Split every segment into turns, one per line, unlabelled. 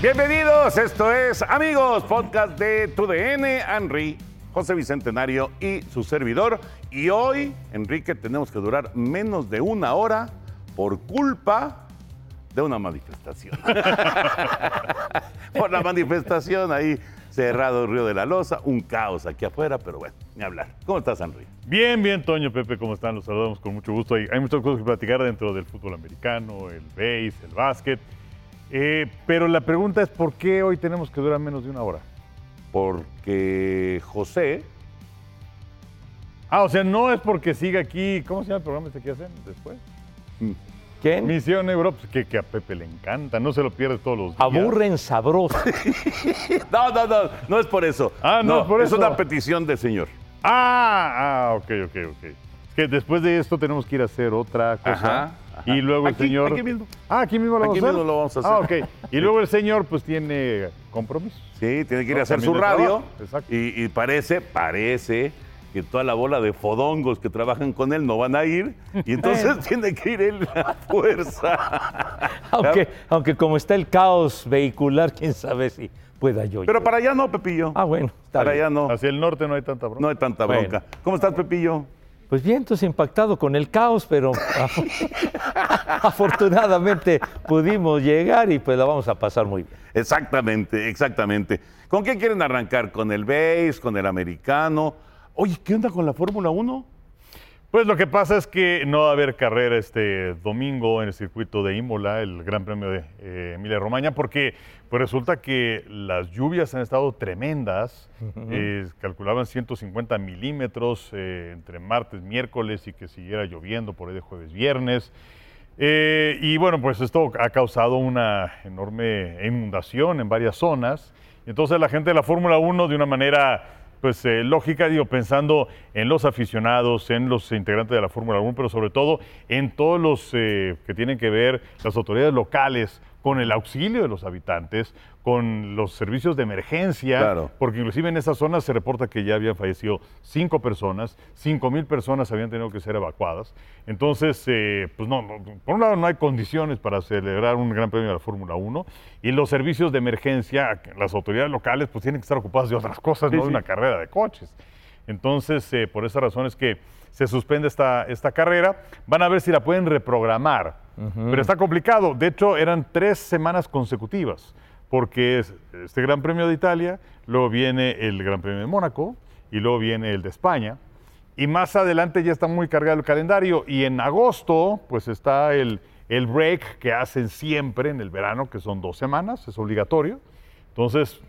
Bienvenidos, esto es Amigos, podcast de TUDN, Henry, José Bicentenario y su servidor. Y hoy, Enrique, tenemos que durar menos de una hora por culpa de una manifestación. por la manifestación ahí cerrado el Río de la Loza, un caos aquí afuera, pero bueno, ni hablar. ¿Cómo estás, Henry?
Bien, bien, Toño, Pepe, ¿cómo están? Los saludamos con mucho gusto. Hay, hay muchas cosas que platicar dentro del fútbol americano, el base, el básquet. Eh, pero la pregunta es por qué hoy tenemos que durar menos de una hora.
Porque José,
Ah, o sea, no es porque siga aquí. ¿Cómo se llama el programa este que hacen después?
¿Quién?
Misión Europa, pues, que, que a Pepe le encanta, no se lo pierde todos los días.
Aburren sabroso.
No, no, no, no es por eso.
Ah, no es por
Es
eso.
una petición del señor.
Ah, ah, ok, ok, ok. Es que después de esto tenemos que ir a hacer otra cosa.
Ajá, ajá.
Y luego el
Aquí,
señor.
aquí mismo.
Ah, aquí mismo lo
Aquí
vamos a hacer.
mismo lo vamos a hacer.
Ah, ok. Y luego el señor, pues tiene compromisos.
Sí, tiene que ir
No,
a hacer su
también de
radio.
trabajo, exacto.
Y, y parece, parece que toda la bola de fodongos que trabajan con él no van a ir. Y entonces tiene que ir él a fuerza.
aunque, aunque como está el caos vehicular, quién sabe si pueda yo.
Pero
llegar.
para allá no, Pepillo.
Ah, bueno, está
para
bien.
allá no.
Hacia el norte no hay tanta broma.
No hay tanta
Bueno.
bronca. ¿Cómo estás, Pepillo?
Pues bien, entonces impactado con el caos, pero afo- afortunadamente pudimos llegar y pues la vamos a pasar muy bien.
Exactamente, exactamente. ¿Con qué quieren arrancar? ¿Con el base? ¿Con el americano? Oye, ¿qué onda con la Fórmula 1?
Pues lo que pasa es que no va a haber carrera este domingo en el circuito de Imola, el Gran Premio de eh, Emilia Romagna, porque pues resulta que las lluvias han estado tremendas, Eh, calculaban 150 milímetros eh, entre martes, miércoles y que siguiera lloviendo por ahí de jueves, viernes. Eh, y bueno, pues esto ha causado una enorme inundación en varias zonas. Entonces la gente de la Fórmula 1 de una manera pues eh, lógica, digo, pensando en los aficionados, en los integrantes de la Fórmula 1, pero sobre todo en todos los eh, que tienen que ver las autoridades locales con el auxilio de los habitantes, con los servicios de emergencia,
Claro.
porque inclusive en esa zona se reporta que ya habían fallecido cinco personas, cinco mil personas habían tenido que ser evacuadas. Entonces, eh, pues no, no, por un lado no hay condiciones para celebrar un gran premio de la Fórmula 1 y los servicios de emergencia, las autoridades locales, pues tienen que estar ocupadas de otras cosas, no de una carrera de coches. Entonces, eh, por esa razón es que se suspende esta, esta carrera. Van a ver si la pueden reprogramar. Pero está complicado. De hecho, eran tres semanas consecutivas, porque es este Gran Premio de Italia, luego viene el Gran Premio de Mónaco y luego viene el de España. Y más adelante ya está muy cargado el calendario. Y en agosto, pues está el, el break que hacen siempre en el verano, que son dos semanas, es obligatorio. Entonces,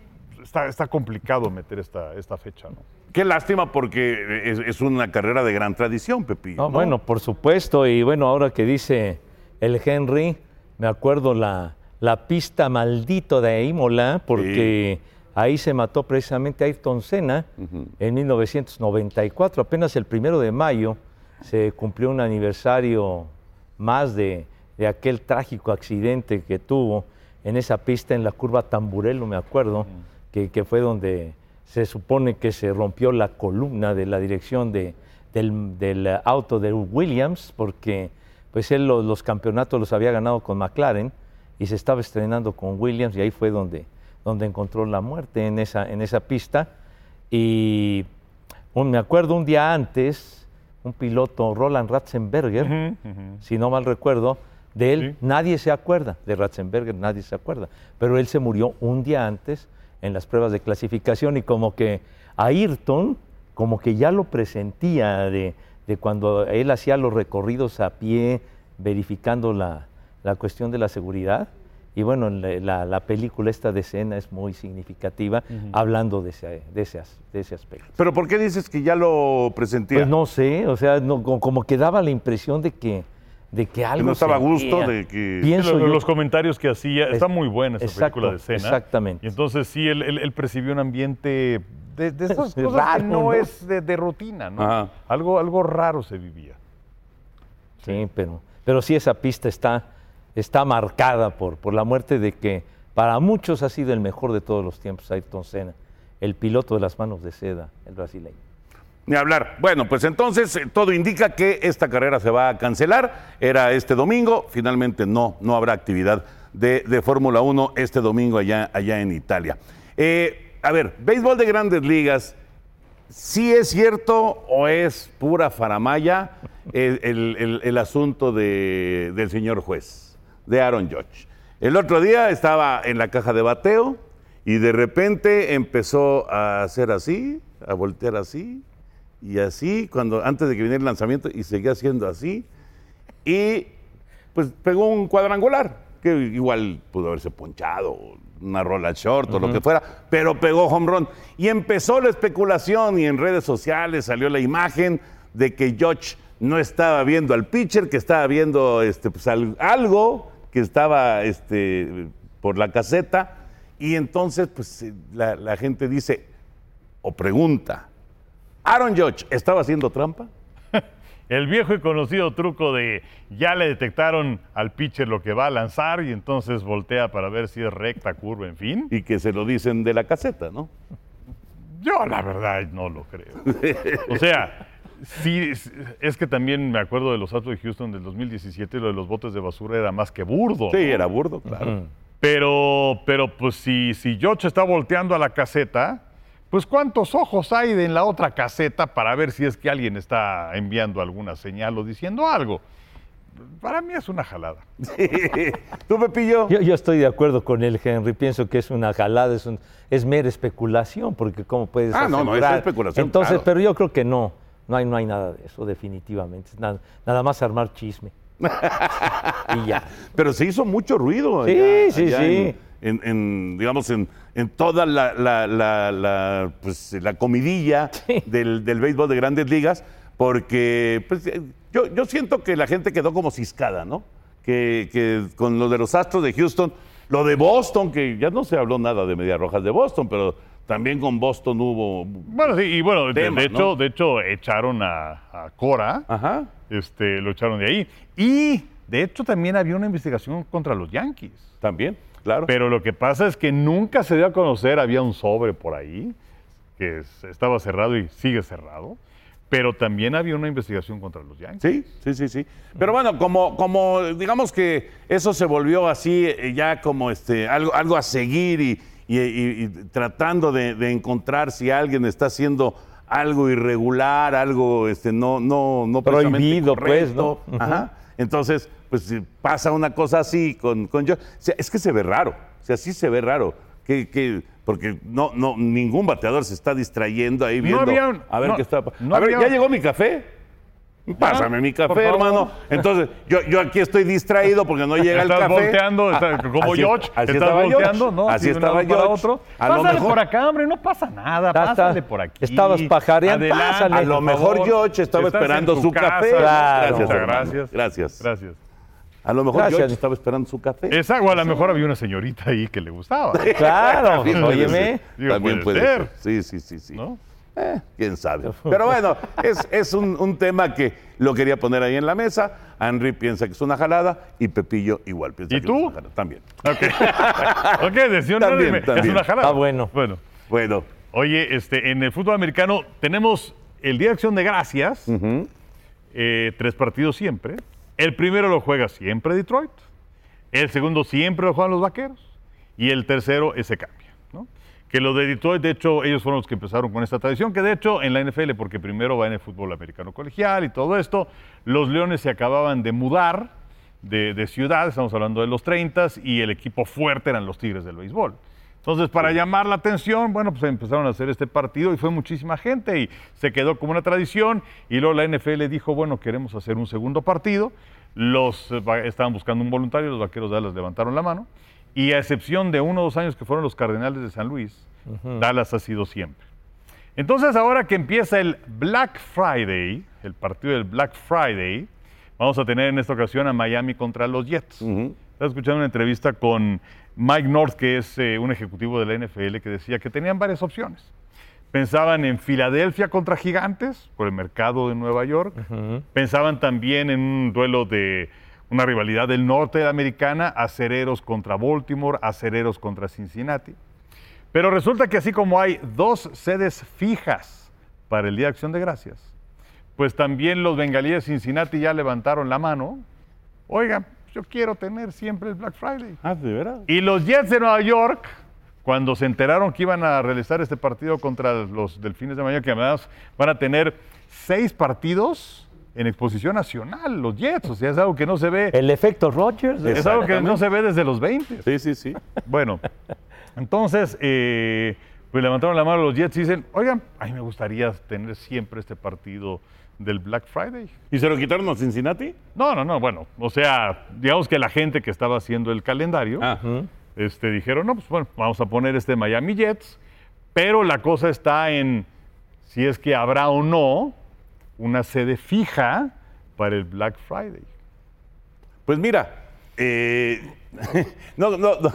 está, está complicado meter esta, esta fecha, ¿no?
Qué lástima porque es, es una carrera de gran tradición, Pepillo.
No,
¿no?
Bueno, por supuesto, y bueno, ahora que dice el Henry, me acuerdo la, la pista maldito de Imola, porque ahí se mató precisamente Ayrton Senna en 1994, apenas el primero de mayo se cumplió un aniversario más de, de aquel trágico accidente que tuvo en esa pista en la curva Tamburello, me acuerdo, que, que fue donde se supone que se rompió la columna de la dirección de, del, del, eh, auto de Williams, porque pues él lo- los campeonatos los había ganado con McLaren y se estaba estrenando con Williams y ahí fue donde, donde encontró la muerte en esa, en esa pista. Y un- me acuerdo un día antes, un piloto, Roland Ratzenberger, si no mal recuerdo, de él nadie se acuerda, de Ratzenberger nadie se acuerda, pero él se murió un día antes en las pruebas de clasificación y como que Ayrton, como que ya lo presentía de, de cuando él hacía los recorridos a pie, verificando la, la cuestión de la seguridad. Y bueno, la, la- la película esta de escena es muy significativa, hablando de ese, de ese as- de ese aspecto.
Pero ¿por qué dices que ya lo presentía?
Pues no sé, o sea, no, co- como que daba la impresión de que de que
Que
algo.
no estaba a
se
gusto,
hacía.
de que...
Pienso
Lo-
yo-
los comentarios que hacía, está
Es-
muy buena esa
exacto,
película de escena.
exactamente.
Y entonces sí, él, él- él percibió un ambiente de, de esas
Es
cosas
raro,
que no,
¿no?
es de, de rutina, ¿no?
Ajá.
Algo, algo raro se vivía.
Sí, pero, pero sí esa pista está, está marcada por, por la muerte de que para muchos ha sido el mejor de todos los tiempos, Ayrton Senna, el piloto de las manos de seda, el brasileño.
Ni hablar. Bueno, pues entonces eh, todo indica que esta carrera se va a cancelar. Era este domingo. Finalmente no, no habrá actividad de, de Fórmula 1 este domingo allá, allá en Italia. Eh, a ver, béisbol de grandes ligas, ¿sí es cierto o es pura faramaya el, el- el- el asunto de- del señor juez, de Aaron Judge? El otro día estaba en la caja de bateo y de repente empezó a hacer así, a voltear así, y así, cuando antes de que viniera el lanzamiento, y seguía haciendo así, y pues pegó un cuadrangular, que igual pudo haberse ponchado, o una rola short o lo que fuera, pero pegó home run. Y empezó la especulación y en redes sociales salió la imagen de que George no estaba viendo al pitcher, que estaba viendo este, pues, al- algo que estaba este, por la caseta. Y entonces, pues eh, la- la gente dice o pregunta, ¿Aaron Judge estaba haciendo trampa?
El viejo y conocido truco de ya le detectaron al pitcher lo que va a lanzar y entonces voltea para ver si es recta, curva, en fin.
Y que se lo dicen de la caseta, ¿no?
Yo la verdad no lo creo. O sea, sí, es- es que también me acuerdo de los Astros de Houston del 2017, lo de los botes de basura era más que
Oh.
burdo.
Sí,
¿no?
era burdo, claro.
Pero, pero pues si, si George está volteando a la caseta, pues cuántos ojos hay de- en la otra caseta para ver si es que alguien está enviando alguna señal o diciendo algo. Para mí es una jalada.
¿Tú, Pepillo?
Yo, yo estoy de acuerdo con él, Henry. Pienso que es una jalada, es, un- es mera especulación, porque cómo puedes
Ah, no, no, es
asegurar?
especulación,
Entonces,
claro.
pero yo creo que no, no hay, no hay nada de eso, definitivamente. Es Nada, nada más armar chisme. y ya.
Pero se hizo mucho ruido.
Sí, sí, sí.
En, en- en, digamos, en, en toda la, la- la- la, pues, la comidilla del, del béisbol de grandes ligas, porque pues, eh, yo, yo siento que la gente quedó como ciscada, ¿no? Que, que con lo de los Astros de Houston, lo de Boston, que ya no se habló nada de Medias Rojas de Boston, pero también con Boston hubo...
Bueno, sí, y bueno, de-
Tema,
de,
¿no?
hecho, de hecho echaron a, a Cora,
Ajá.
este, lo echaron de ahí. Y de hecho también había una investigación contra los Yankees.
También, claro.
Pero lo que pasa es que nunca se dio a conocer, había un sobre por ahí, que es- estaba cerrado y sigue cerrado, pero también había una investigación contra los Yankees.
Sí, sí, sí, sí. Pero bueno, como, como digamos que eso se volvió así, eh, ya como este, algo, algo a seguir y, y- y- y tratando de, de encontrar si alguien está haciendo algo irregular, algo este, no, no, no precisamente
Prohibido, pues,
correcto.
¿no? Ujú.
Ajá. Entonces, pues eh, pasa una cosa así con, con yo. O sea, es que se ve raro. O sea, sí se ve raro. Que, que- porque no, no, ningún bateador se está distrayendo ahí viendo.
había un-
a ver
no,
qué está.
no
a ver,
había-
ya llegó mi café. Pásame mi
por
café,
favor.
hermano. Entonces, yo, yo aquí estoy distraído porque no llega el
Estás
café.
volteando, está-
Ah,
como
así-
George,
así
estás
estaba George.
volteando, ¿no?
Así
Sí, de un
estaba
lado para
George.
otro.
A lo
pásale
mejor-
por acá, hombre, no pasa nada,
Ya está.
pásale por aquí.
Estabas pajareando, pásale.
A lo
por
mejor
favor.
George estaba
Estás en
esperando
tu
su
casa,
café.
¿no?
Claro.
Gracias,
Muchas
hermano.
Gracias.
Gracias.
Gracias.
A lo mejor
Gracias.
George estaba esperando su café.
Esa, o a lo mejor había una señorita ahí que le gustaba.
Claro,
También puede
óyeme.
ser.
Digo,
También puede
puede ser.
ser. Sí, sí, sí, sí.
¿no?
Eh, quién sabe. Pero bueno, es, es un, un tema que lo quería poner ahí en la mesa. Henry piensa que es una jalada y Pepillo igual piensa
¿Y
que
tú?
es una jalada. También.
Ok. ok, decía un
También,
anime, Es
también.
una jalada.
Ah, bueno.
Bueno.
Bueno,
Oye, este, en el fútbol americano tenemos el Día de Acción de Gracias, eh, tres partidos siempre. El primero lo juega siempre Detroit, el segundo siempre lo juegan los Vaqueros y el tercero ese cambia. ¿no? Que los de Detroit, de hecho, ellos fueron los que empezaron con esta tradición, que de hecho en la NFL, porque primero va en el fútbol americano colegial y todo esto, los Leones se acababan de mudar de, de ciudad, estamos hablando de los 30, y el equipo fuerte eran los Tigres del béisbol. Entonces, para llamar la atención, bueno, pues empezaron a hacer este partido y fue muchísima gente y se quedó como una tradición. Y luego la NFL dijo, bueno, queremos hacer un segundo partido. Los eh, va- estaban buscando un voluntario, los vaqueros de Dallas levantaron la mano. Y a excepción de uno o dos años que fueron los Cardenales de San Luis, Dallas ha sido siempre. Entonces, ahora que empieza el Black Friday, el partido del Black Friday, Vamos a tener en esta ocasión a Miami contra los Jets.
Ujú.
Estaba escuchando una entrevista con Mike North, que es eh, un ejecutivo de la NFL, que decía que tenían varias opciones. Pensaban en Filadelfia contra Gigantes, por el mercado de Nueva York. Pensaban también en un duelo de una rivalidad del norte americana, acereros contra Baltimore, acereros contra Cincinnati. Pero resulta que así como hay dos sedes fijas para el Día de Acción de Gracias, pues también los bengalíes de Cincinnati ya levantaron la mano. Oigan, yo quiero tener siempre el Black Friday.
Ah, ¿de veras?
Y los Jets de Nueva York, cuando se enteraron que iban a realizar este partido contra los Delfines de Miami, que además van a tener seis partidos en exposición nacional, los Jets. O sea, es algo que no se ve,
El efecto Rogers.
es algo que no se ve desde los 20.
Sí, sí, sí.
Bueno, entonces, eh, pues levantaron la mano los Jets y dicen, oigan, a mí me gustaría tener siempre este partido del Black Friday.
¿Y se lo quitaron a Cincinnati?
No, no, no, bueno, o sea, digamos que la gente que estaba haciendo el calendario,
Ah.
este, dijeron, no, pues bueno, vamos a poner este Miami Jets, pero la cosa está en si es que habrá o no una sede fija para el Black Friday.
Pues mira, eh, no, no, no,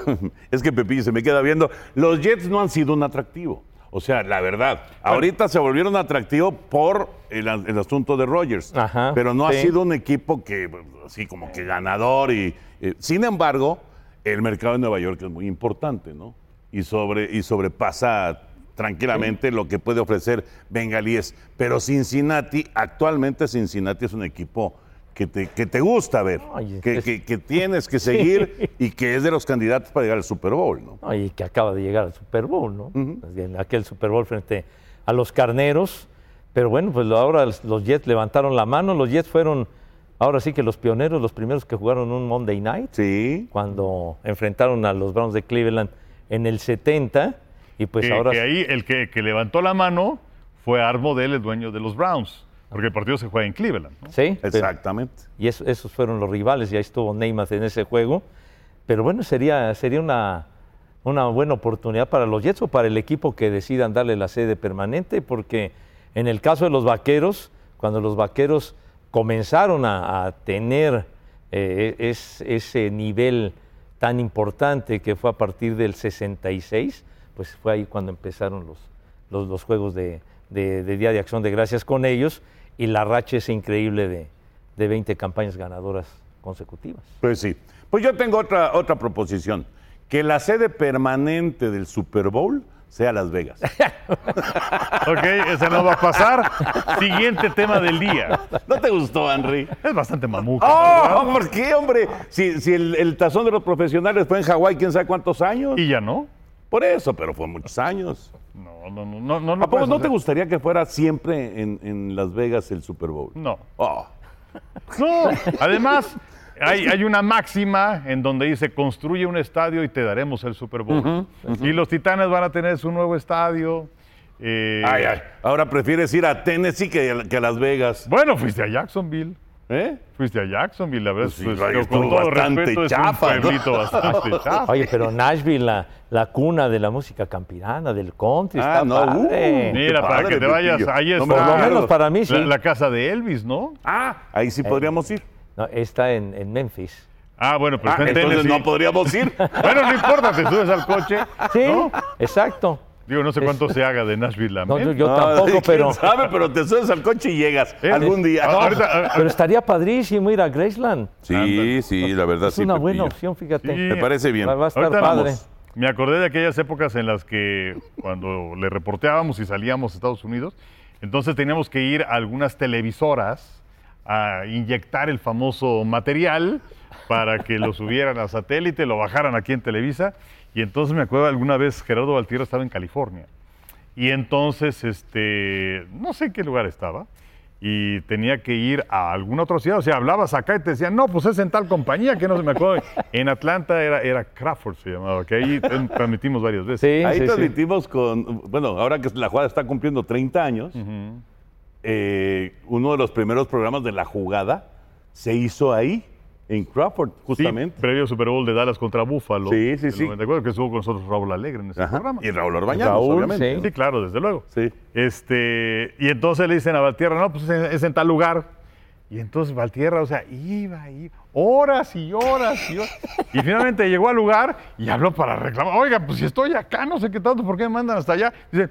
es que Pepín se me queda viendo. Los Jets no han sido un atractivo. O sea, la verdad, ahorita se volvieron atractivo por el, a- el asunto de Rogers,
Ajá,
pero no ha
sí.
sido un equipo que, así como que ganador. y eh, Sin embargo, el mercado de Nueva York es muy importante, ¿no? Y, sobre, y sobrepasa tranquilamente lo que puede ofrecer Bengalíes. Pero Cincinnati, actualmente Cincinnati es un equipo que te, que te gusta ver,
Ay,
que,
es-
que- que tienes que seguir y que es de los candidatos para llegar al Super Bowl, ¿no?
No, y que acaba de llegar al Super Bowl, ¿no? Pues, En aquel Super Bowl frente a los carneros. Pero bueno, pues lo- ahora los los Jets levantaron la mano. Los Jets fueron, ahora sí que los pioneros, los primeros que jugaron un Monday night.
Sí.
Cuando enfrentaron a los Browns de Cleveland en el 70. Y pues
que,
ahora.
que ahí el que, que levantó la mano fue Art Modell, el dueño de los Browns, porque el partido se juega en Cleveland. ¿no?
sí, pero-
Exactamente.
y es- esos fueron los rivales, ya estuvo Neymar en ese juego. Pero bueno, sería, sería una, una buena oportunidad para los Jets o para el equipo que decidan darle la sede permanente, porque en el caso de los Vaqueros, cuando los Vaqueros comenzaron a, a tener eh, es- ese nivel tan importante que fue a partir del 66, pues fue ahí cuando empezaron los, los, los juegos de, de- de Día de Acción de Gracias con ellos y la racha es increíble de, de 20 campañas ganadoras consecutivas.
Pues sí. Pues yo tengo otra, otra proposición. Que la sede permanente del Super Bowl sea Las Vegas.
Ok, ese no va a pasar. Siguiente tema del día.
¿No te gustó, Henry?
Es bastante mamuco.
¡Oh! ¿Por qué, hombre? Si, si el, el tazón de los profesionales fue en Hawái, quién sabe cuántos años.
Y ya no.
Por eso, pero fue muchos años.
No, no, no, no. pues, no lo
¿A poco
puedes
no
hacer.
te gustaría que fuera siempre en, en Las Vegas el Super Bowl?
No.
Oh.
No. Además, hay, hay una máxima en donde dice: construye un estadio y te daremos el Super Bowl. Y los Titanes van a tener su nuevo estadio. eh,
Ay, ay. Ahora prefieres ir a Tennessee que a, que a Las Vegas.
Bueno, fuiste a Jacksonville.
¿eh?
Fuiste a Jacksonville, la verdad.
Pues sí,
pues,
ahí
digo, con
estuvo
todo
bastante
respeto, es un
chafa, ¿no?
pueblito bastante chafa.
Oye, pero Nashville, la, la cuna de la música campirana, del country,
Ah,
está
no,
padre.
uh, qué
Mira, para
padre,
que te vayas,
Pepillo.
ahí
No
está.
me
Por lo
acuerdo.
menos para mí, sí.
La, la casa de Elvis, ¿no?
Ah, ahí sí podríamos ir.
No, está en, en Memphis.
Ah, bueno, pues
Ah,
está en
entonces
Tennessee.
no podríamos ir.
Bueno, no importa, te subes al coche.
Sí,
¿no?
exacto.
Digo, no sé cuánto se haga de Nashville a
No, yo,
Memphis.
yo
No,
tampoco,
¿quién
pero,
sabe? Pero te subes al coche y llegas
Eh,
algún día. Ah,
a- ahorita, a-
pero estaría padrísimo ir a Graceland.
Ándale.
Sí, sí, la verdad
Es
sí.
una
Pepillo.
buena opción, fíjate.
pues, Sí.
Me parece bien.
Va va a estar
Ahorita
padre.
vamos. Me acordé de aquellas épocas en las que cuando le reporteábamos y salíamos a Estados Unidos, entonces teníamos que ir a algunas televisoras a inyectar el famoso material para que lo subieran a satélite, lo bajaran aquí en Televisa. Y entonces me acuerdo alguna vez Gerardo Valtierra estaba en California. Y entonces, este, no sé en qué lugar estaba. Y tenía que ir a alguna otra ciudad. O sea, hablabas acá y te decían, no, pues es en tal compañía, que no se me acuerdo. En Atlanta era, era Crawford, se llamaba, que ahí eh, transmitimos varias veces.
Sí,
Ahí
sí, sí.
transmitimos con, bueno, ahora que la jugada está cumpliendo 30 años, eh, uno de los primeros programas de la jugada se hizo ahí, en Crawford, justamente.
previo Super Bowl de Dallas contra Buffalo.
Sí, sí,
del
sí.
94, que estuvo con nosotros Raúl Alegre en ese
Ajá,
programa.
Y Raúl Orbañanos,
Raúl,
obviamente.
sí.
Sí, claro, desde luego.
Sí.
Este, y entonces le dicen a Valtierra, no, pues es en, es en tal lugar. Y entonces Valtierra, o sea, iba, iba, horas y horas y horas. Y finalmente llegó al lugar y habló para reclamar. Oiga, pues si estoy acá, no sé qué tanto, ¿por qué me mandan hasta allá? Dice,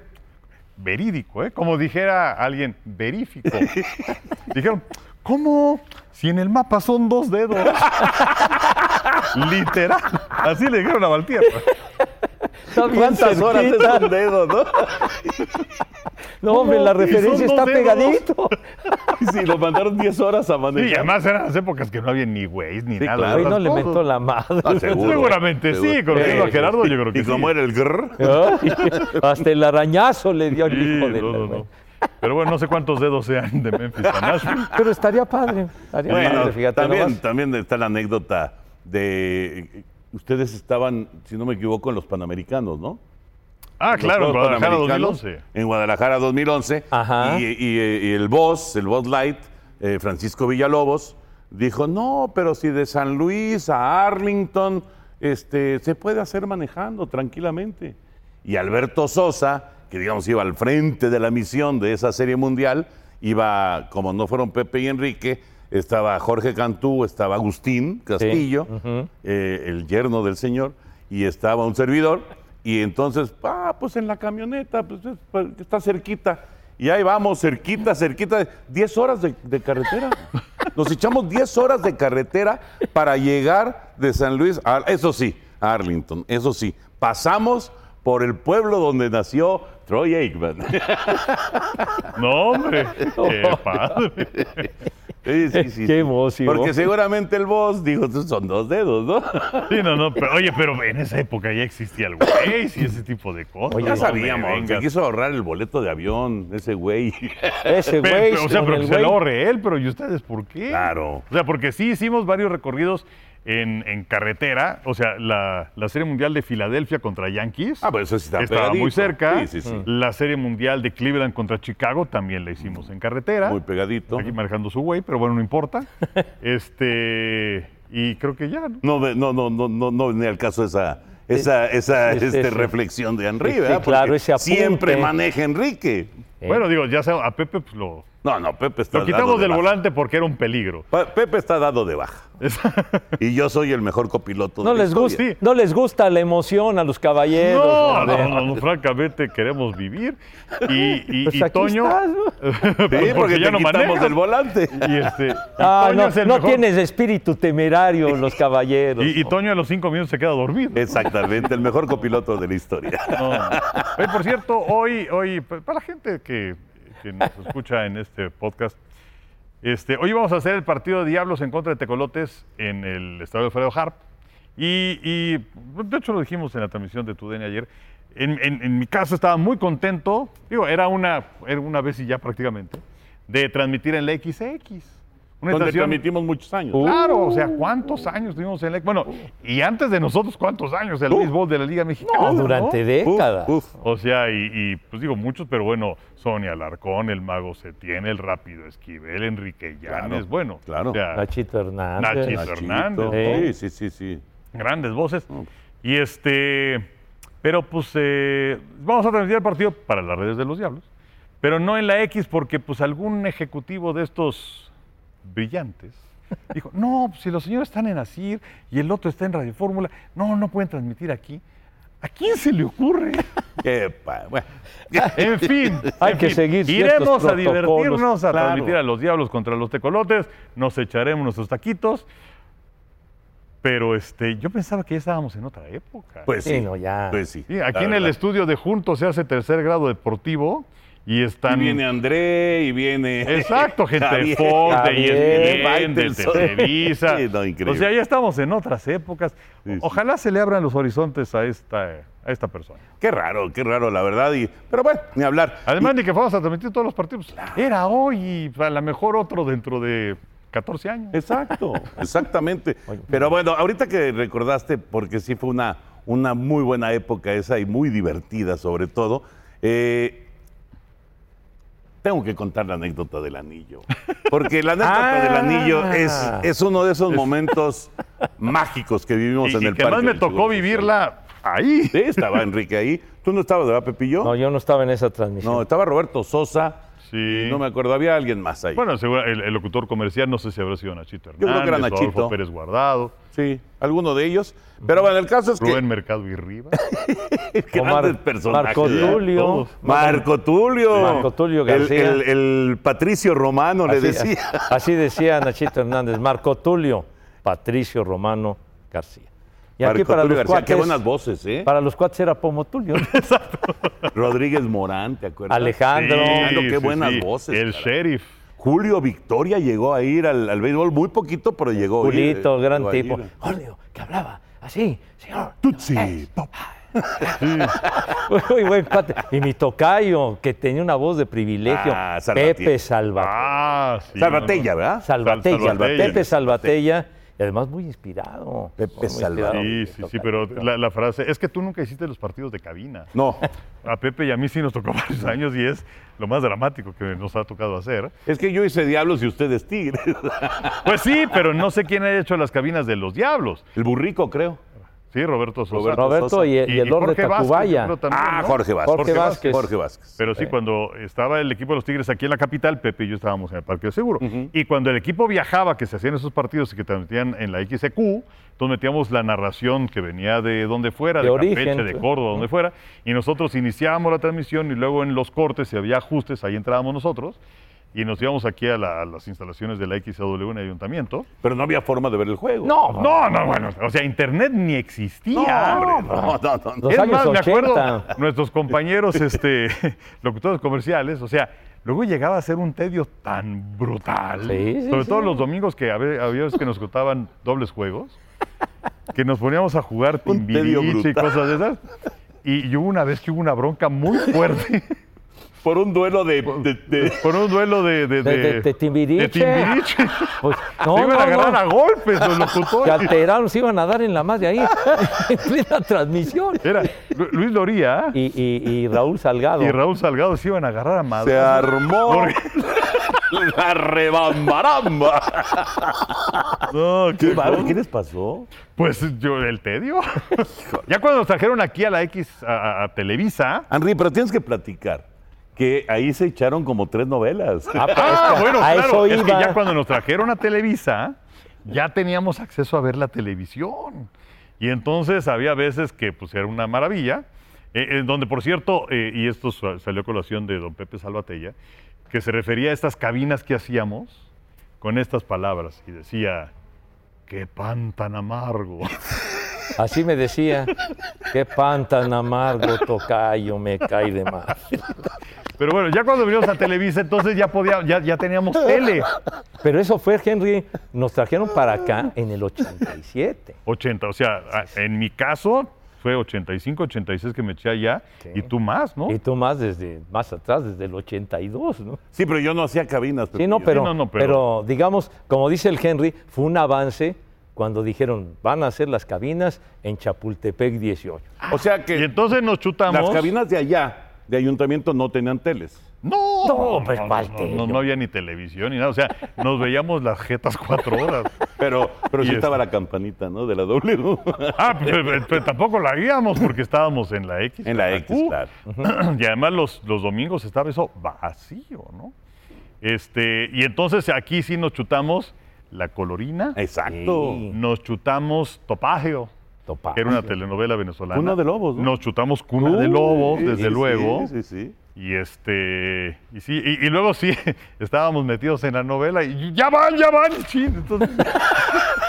verídico, ¿eh? Como dijera alguien, verífico. Dijeron, ¿cómo? Si en el mapa son dos dedos. Literal. Así le dijeron a Valtierra.
Está bien
¿Cuántas horas es
cerquita.
un dedo, no?
No, hombre, la
¿Y son
referencia
dos
está
dedos?
pegadito.
Y si lo mandaron 10 horas a
Y
manejar.
además eran las épocas que no había ni güeyes ni
Sí,
nada.
claro.
de
Hoy
esas
no le
cosas.
meto la madre.
Ah, seguro.
Seguramente sí,
Seguro.
conociendo
Sí,
a Gerardo yo creo que
Y
sí.
como era el grrr.
Ay, hasta el arañazo le dio el
Ah, Sí,
hijo de
no,
la-
no, no. Pero bueno, no sé cuántos dedos sean de Memphis a Nashville.
Pero estaría padre. Estaría
Bueno,
padre, fíjate
también,
nomás.
también está la anécdota de. Ustedes estaban, si no me equivoco, en los Panamericanos, ¿no?
Ah,
Los
claro, en
Juegos
Guadalajara
Panamericanos,
2011.
En Guadalajara 2011.
Ajá.
Y, y- y el boss, el boss light, eh, Francisco Villalobos, dijo, no, pero si de San Luis a Arlington este, se puede hacer manejando tranquilamente. Y Alberto Sosa, que digamos iba al frente de la misión de esa serie mundial, iba, como no fueron Pepe y Enrique, estaba Jorge Cantú, estaba Agustín Castillo, eh, el yerno del señor, y estaba un servidor, y entonces, ah, pues en la camioneta, pues, es- pues, está cerquita, y ahí vamos, cerquita, cerquita, 10 horas de, de carretera. Nos echamos 10 horas de carretera para llegar de San Luis, a- eso sí, a Arlington, eso sí, pasamos por el pueblo donde nació Troy Aikman.
No, hombre. Qué padre.
Sí, sí, sí.
Qué
sí.
emoción.
Porque seguramente el boss dijo, "Estos son dos dedos, ¿no?
Sí, no, no. pero- oye, pero en esa época ya existía el güey y ese tipo de cosas.
Oye,
No
ya
me
sabíamos,
vengas.
que quiso ahorrar el boleto de avión, ese güey.
Ese
Pero,
güey.
pero, o sea,
con
pero
el
que se
güey.
lo ahorre él, pero ¿y ustedes por qué?
Claro.
O sea, porque sí hicimos varios recorridos en, en carretera. O sea, la, la Serie Mundial de Filadelfia contra Yankees.
Ah, pero eso sí está
Estaba
pegadito.
muy cerca.
Sí, sí, sí.
La Serie Mundial de Cleveland contra Chicago también la hicimos en
¿Ah?
carretera.
Muy pegadito.
Aquí manejando su güey, pero bueno, no importa. este. Y creo que ya, ¿no?
No, ve- no, no, no, no, no venía al caso esa, esa, esa
sí, sí,
este,
sí.
reflexión de Henry,
Sí,
¿verdad?
sí, claro,
Porque
ese apunte.
Siempre maneja Enrique.
Eh,
Bueno, digo, ya sea, a Pepe pues, lo,
No, no, Pepe está
lo
dado
quitamos
de
del
baja.
volante porque era un peligro.
Pa- Pepe está dado de baja.
Es-
Y yo soy el mejor copiloto
no
de la
les gusta,
historia.
historia.
no les gusta la emoción a los caballeros.
No,
hombre.
no, no, no, francamente queremos vivir. Y, y,
Pues
y
aquí
Toño. pues,
estás, ¿no?
Sí, porque te quitamos
manejas.
del volante.
Y este. y
Ah,
Toño
no,
es el
no
mejor.
tienes espíritu temerario los caballeros.
Y, y
no.
Toño a los cinco minutos se queda dormido.
Exactamente, el mejor copiloto de la historia.
No, no. Oye, por cierto, hoy, hoy, pa- para la gente que, que nos escucha en este podcast, este, hoy vamos a hacer el partido de Diablos en contra de Tecolotes en el estadio Alfredo Harp. Y, y, de hecho lo dijimos en la transmisión de Tudene ayer. En, en- en mi caso estaba muy contento, digo, era una, era una vez y ya prácticamente, de transmitir en la XX. Una
Donde
estación-
transmitimos muchos años.
Claro, o sea, ¿cuántos años tuvimos en la Bueno, y antes de nosotros, ¿cuántos años el béisbol de la Liga Mexicana?
Ah,
¿no?
durante décadas.
Uf,
O sea, y, y, pues digo muchos, pero bueno, Sonia Alarcón, el Mago Setién, el Rápido Esquivel, Enrique Llanes,
Claro,
bueno.
claro.
o sea,
Nachito Hernández.
Nachito.
Nachito.
Fernández,
¿no?
Sí, sí, sí, sí.
grandes voces.
No, pues.
Y este, pero pues eh, vamos a transmitir el partido para las redes de los diablos, pero no en la X porque pues algún ejecutivo de estos brillantes dijo, no, pues, si los señores están en ASIR y el otro está en Radio Fórmula, no, no pueden transmitir aquí. ¿A quién se le ocurre?
Qué pa- bueno.
En fin,
Hay
en
que
fin,
seguir ciertos
Iremos a
protocolos,
divertirnos, a
claro.
transmitir a los diablos contra los tecolotes, nos echaremos nuestros taquitos. Pero este, yo pensaba que ya estábamos en otra época.
Pues sí,
Sí, no, ya.
pues sí.
Sí,
la
aquí en el
verdad.
estudio de Juntos se hace tercer grado deportivo y
Y
están.
viene André y viene.
Exacto, gente de
Javier.
E Fox, de
Javier,
ESPN, de
Faitelson.
Televisa.
Sí, no, increíble.
O sea, ya estamos en otras épocas.
Sí, sí.
Ojalá se le abran los horizontes a esta, a esta persona.
Qué raro, qué raro, la verdad. Y, pero bueno, ni hablar.
Además de que vamos a transmitir todos los partidos. Era hoy y a lo mejor otro dentro de 14 años.
Exacto, exactamente. Pero bueno, ahorita que recordaste, porque sí fue una, una muy buena época esa y muy divertida sobre todo, eh, tengo que contar la anécdota del anillo. Porque la anécdota
Ah.
del anillo es, es uno de esos momentos mágicos que vivimos
Y,
en
y
el
que
parque
más me
del
tocó
Seguro Social.
vivirla ahí.
Sí, estaba Enrique ahí. ¿Tú no estabas, verdad, Pepillo?
No, yo no estaba en esa
No,
transmisión.
estaba Roberto Sosa,
Sí.
Y no me acuerdo, había alguien más ahí.
Bueno, seguro, el, el locutor comercial, no sé si habrá sido Nachito Hernández,
creo que era
o Adolfo
Nachito.
Pérez Guardado,
Sí, alguno de ellos. Pero bueno, el caso es
Rubén Mercado y Rivas.
que
Omar-
grandes personajes.
Marco Tulio.
Marco Tulio.
Marco Tulio García.
El, el- el Patricio Romano le
Así-
decía.
Así decía Nachito Hernández, Marco Tulio, Patricio Romano García. Y aquí
Marco
para
Tulio
los,
García, qué
cuates,
buenas voces, ¿eh?
para los cuates era Pomo Tulio,
Rodríguez Morán, ¿te acuerdas?
Alejandro.
Alejandro, qué buenas voces,
El
caray.
sheriff.
Julio Victoria llegó a ir al, al béisbol muy poquito, pero llegó. a ir,
Julito,
eh,
gran
llegó a ir.
tipo. Julio, que hablaba así, señor.
Tutsi,
Eh,
pop.
Muy buen cuate. Y mi tocayo, que tenía una voz de privilegio.
Ah, Salvatierra.
Pepe Salva.
Ah, sí.
Salvatella,
no,
¿verdad?
Salvatella.
Sal- Salvatella.
Pepe Salvatella. Y además muy inspirado.
Pepe
Muy inspirado.
Salvatella.
no. Sí, sí, sí, pero la, la frase, es que tú nunca hiciste los partidos de cabina.
No,
A Pepe y a mí sí nos tocó varios años y es lo más dramático que nos ha tocado hacer.
es que yo hice diablos y ustedes tigres.
Pues sí, pero no sé quién ha hecho las cabinas de los diablos.
El burrico, creo.
Sí, Roberto Sosa.
Roberto
Roberto y, y el Lord de
Jorge Vázquez,
Tacubaya.
yo creo, también,
Ah,
¿no?
Jorge Vázquez.
Jorge Vázquez.
Jorge Vázquez.
Pero sí, cuando estaba el equipo de los Tigres aquí en la capital, Pepe y yo estábamos en el Parque de Seguro. Y cuando el equipo viajaba, que se hacían esos partidos y que transmitían en la XQ, entonces metíamos la narración que venía de donde fuera, de,
De origen,
Campeche, de
sí.
Córdoba, donde fuera, y nosotros iniciábamos la transmisión y luego en los cortes, si había ajustes, ahí entrábamos nosotros y nos íbamos aquí a, la- a las instalaciones de la XW en el ayuntamiento.
Pero no había forma de ver el juego.
No, no.
No, no, bueno, o sea, internet ni
No,
existía. hombre,
hombre, no, no, no, no.
Los
es
años
más, me
80.
acuerdo, nuestros compañeros este, locutores comerciales, o sea, luego llegaba a ser un tedio tan brutal.
Sí, sí,
sobre todo
sí.
los domingos que había, había veces que nos contaban dobles juegos, que nos poníamos a jugar
Un tedio
timbiriche y
brutal.
cosas de esas. Y, y hubo una vez que hubo una bronca muy fuerte
Por un duelo de. de- de-
por un duelo de... De,
De- de- de timbiriche.
de timbiriche.
Pues, no,
Se iban
no,
a agarrar
no.
a golpes los
Se
locutores.
alteraron, se iban a dar en la más de ahí. en plena transmisión.
Era Lu- Luis Loría
Y, y- y Raúl Salgado.
y Raúl Salgado se iban a agarrar a madre.
se armó. la rebambaramba.
No, qué cosa.
¿Qué les pasó?
Pues yo, el tedio. ya cuando nos trajeron aquí a la X, a, a- a Televisa.
Henry, pero tienes que platicar que ahí se echaron como tres novelas.
Ah, pero
Ah,
es que
bueno,
a
claro.
eso
Es que
iba.
ya cuando nos trajeron a Televisa, ya teníamos acceso a ver la televisión. Y entonces había veces que pues era una maravilla. eh, en donde, por cierto, eh, y esto sa- salió a colación de don Pepe Salvatella, que se refería a estas cabinas que hacíamos con estas palabras. Y decía, qué pan tan amargo.
Así me decía. Qué pan tan amargo, tocayo, me cae de más.
Pero bueno, ya cuando vinimos a Televisa, entonces ya, podía, ya, ya teníamos tele.
Pero eso fue, Henry, nos trajeron para acá en el 87.
80, o sea, a- en mi caso fue 85, 86 que me eché allá y tú más, ¿no?
Y tú más desde más atrás, desde el 82, ¿no?
Sí, pero yo no hacía cabinas.
Sí, no,
Pepillo.
pero,
no, no, pero-
pero... digamos, como dice el Henry, fue un avance cuando dijeron, van a hacer las cabinas en Chapultepec 18.
O sea que
Y entonces nos chutamos.
las cabinas de allá, de ayuntamiento, no tenían teles.
No,
No, pues,
no,
¿cuál
no,
tele?
no, no había ni televisión ni nada, o sea, nos veíamos las jetas cuatro horas.
Pero, pero
Y
sí
este.
estaba la campanita, ¿no? De la W.
Ah, pero, pero- pero tampoco la guíamos porque estábamos en la X.
en la X,
Q.
claro.
Y además los, los domingos estaba eso vacío, ¿no? Este, y entonces aquí sí nos chutamos la colorina,
Exacto.
Sí.
nos chutamos topagio.
Topa.
que era una telenovela venezolana.
Cuna de Lobos, ¿no?
Nos chutamos Cuna de Lobos,
Sí,
desde
sí,
luego.
Sí, sí,
Y este. Y sí, y, y luego sí, estábamos metidos en la novela y ya van, ya van, chin. Entonces,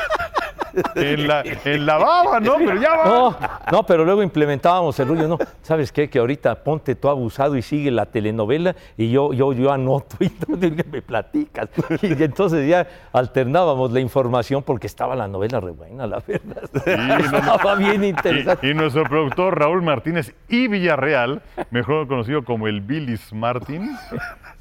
en, la, en la baba, ¿no? Pero ya van.
No, no, pero luego implementábamos el rollo, no, ¿sabes qué? Que ahorita ponte tú abusado y sigue la telenovela y yo, yo, yo anoto y tú me platicas. Y entonces ya alternábamos la información porque estaba la novela re buena, la verdad. estaba bien interesante.
Y, y nuestro productor Raúl Martínez y Villarreal, mejor conocido como el Billis Martins,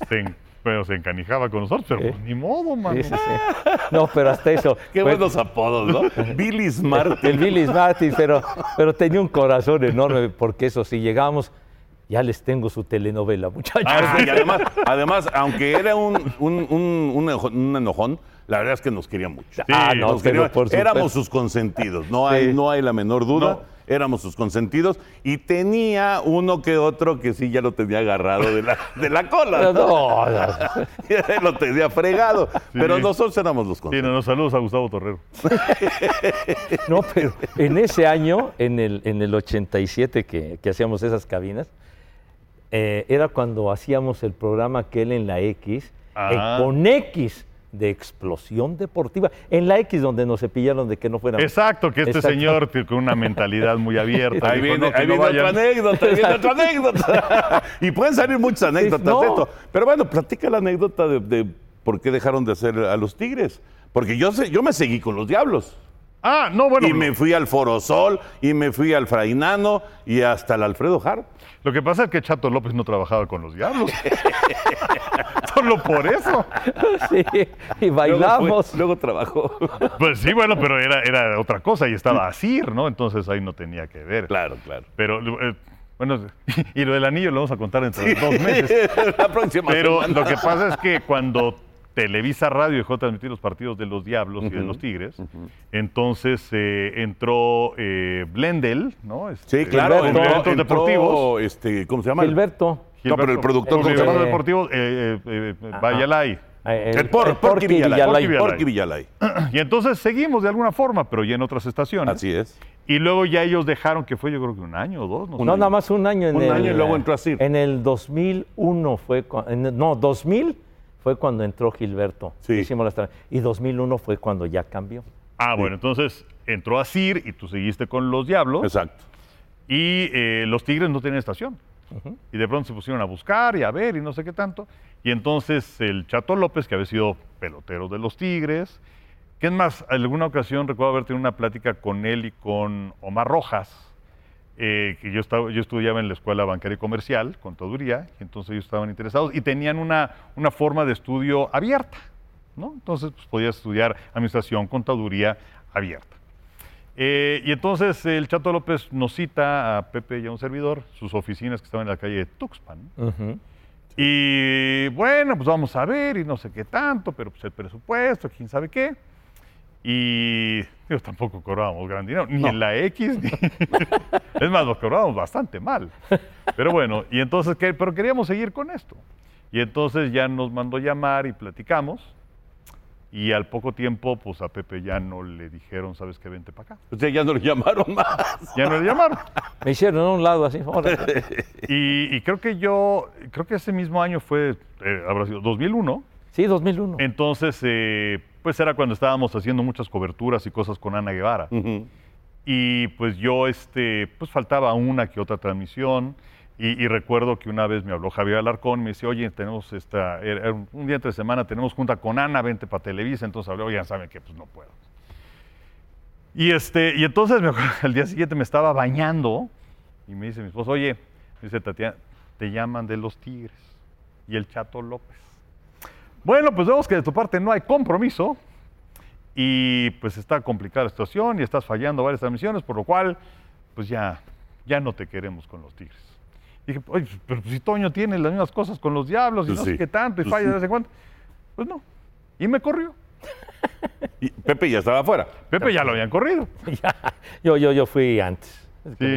se, en- bueno, se encanijaba con nosotros, pero pues, ni modo, mano.
Sí, sí, sí. No, pero hasta eso.
Qué
fue-
buenos apodos, ¿no? Billy Smart.
Pues, El Billy Martin, pero, pero tenía un corazón enorme, porque eso, si llegamos, ya les tengo su telenovela, muchachos.
Ah, sí, y además, además, aunque era un, un, un- un enojo- un enojón, la verdad es que nos quería mucho.
Ah, no,
Nos quería-
pero por supuesto.
éramos sus consentidos, no hay,
Sí.
no hay la menor duda.
No,
éramos sus consentidos y tenía uno que otro que sí ya lo tenía agarrado de la, de la cola.
No, no.
Ya lo tenía fregado. Pero nosotros éramos los
Sí,
consentidos.
no, no, saludos a Gustavo Torrero.
No, pero en ese año, en el, en el 87 que, que hacíamos esas cabinas, eh, era cuando hacíamos el programa aquel en la X,
Ah.
eh, con X de explosión deportiva, en la X donde nos cepillaron de que no fuéramos.
Exacto, que este
Exacto.
señor tiene- con una mentalidad muy abierta.
Ahí
dijo,
viene,
no, que
ahí
no
viene otra
vayan.
anécdota, ahí viene otra anécdota. y pueden salir muchas anécdotas
no.
de esto. Pero bueno, platica la anécdota de, de por qué dejaron de hacer a los Tigres. Porque yo, sé, yo me seguí con los Diablos.
Ah, no, bueno.
y me fui al Forosol, y me fui al Frainano, y hasta al Alfredo Harp.
Lo que pasa es que Chato López no trabajaba con los diablos. Solo por eso.
Sí, y bailamos.
Luego trabajó.
Pues sí, bueno, pero era, era otra cosa y estaba así, ¿no? Entonces ahí no tenía que ver.
Claro, claro.
Pero, eh, bueno, y lo del anillo lo vamos a contar dentro de dos meses.
la próxima
Pero
semana.
lo que pasa es que cuando Televisa Radio dejó de transmitir los partidos de los Diablos y de los Tigres, entonces eh, entró eh, Blendel, ¿no? Este,
Sí, claro,
Gilberto-
entró-
Eventos
entró,
deportivos.
Este, ¿Cómo se llama?
Gilberto.
No, pero el productor, ¿cómo
de
se llama?
Eventos deportivos, eh, eh, eh, Bayalay.
eh,
El, por,
el
Porky Villalay.
Villalay.
Porky Villalay. Porky Villalay.
Y entonces seguimos de alguna forma, pero ya en otras estaciones.
Así es.
Y luego ya ellos dejaron que fue yo creo que un año o dos, no sé.
No, nada más un año en
Un
el.
año y luego entró Asir.
En el 2001 fue. cua- en- no, 2000 fue cuando entró Gilberto.
Sí.
Hicimos las tra- y 2001 fue cuando ya cambió.
Ah, bueno, entonces entró a CIR y tú seguiste con los Diablos.
Exacto.
Y eh, los Tigres no tenían estación. Y de pronto se pusieron a buscar y a ver y no sé qué tanto. Y entonces el Chato López, que había sido pelotero de los Tigres, que es más, alguna ocasión recuerdo haber tenido una plática con él y con Omar Rojas, eh, que yo, estaba, yo estudiaba en la Escuela Bancaria y Comercial, Contaduría, y entonces ellos estaban interesados y tenían una, una forma de estudio abierta, ¿no? Entonces pues, podías estudiar Administración, Contaduría abierta. Eh, y entonces el Chato López nos cita a Pepe y a un servidor, sus oficinas que estaban en la calle de Tuxpan. Y bueno, pues vamos a ver y no sé qué tanto, pero pues el presupuesto, quién sabe qué. Y digo, tampoco cobrábamos gran dinero, ni en la X, ni... es más, nos cobrábamos bastante mal. Pero bueno, y entonces, ¿qué? pero queríamos seguir con esto. Y entonces ya nos mandó llamar y platicamos. Y al poco tiempo, pues a Pepe ya no le dijeron, ¿sabes qué? Vente para acá.
O sea, ya no lo llamaron más.
Ya no le llamaron.
Me hicieron a un lado así. órale.
Y, y creo que yo, creo que ese mismo año fue, eh, habrá sido 2001.
Sí, 2001.
Entonces, eh, pues era cuando estábamos haciendo muchas coberturas y cosas con Ana Guevara.
Mm.
Y pues yo, este, pues faltaba una que otra transmisión. Y, y recuerdo que una vez me habló Javier Alarcón, me dice, oye, tenemos esta, era- era un un día entre semana tenemos junta con Ana, vente para Televisa. Entonces hablé, oigan, saben que pues no puedo. Y, este, y entonces me acuerdo que al día siguiente me estaba bañando y me dice mi esposo, oye, me dice Tatiana, te llaman de los Tigres y el Chato López. Bueno, pues vemos que de tu parte no hay compromiso y pues está complicada la situación y estás fallando varias transmisiones, por lo cual pues ya, ya no te queremos con los Tigres. Dije, oye, pues, pero si Toño tiene las mismas cosas con los diablos y
Pues
no
sí.
sé qué tanto y
Pues
falla
sí.
de vez en cuando. Pues no. Y me corrió.
Y Pepe ya estaba afuera.
Pepe ya lo habían corrido.
Yo, yo, yo fui antes.
Sí,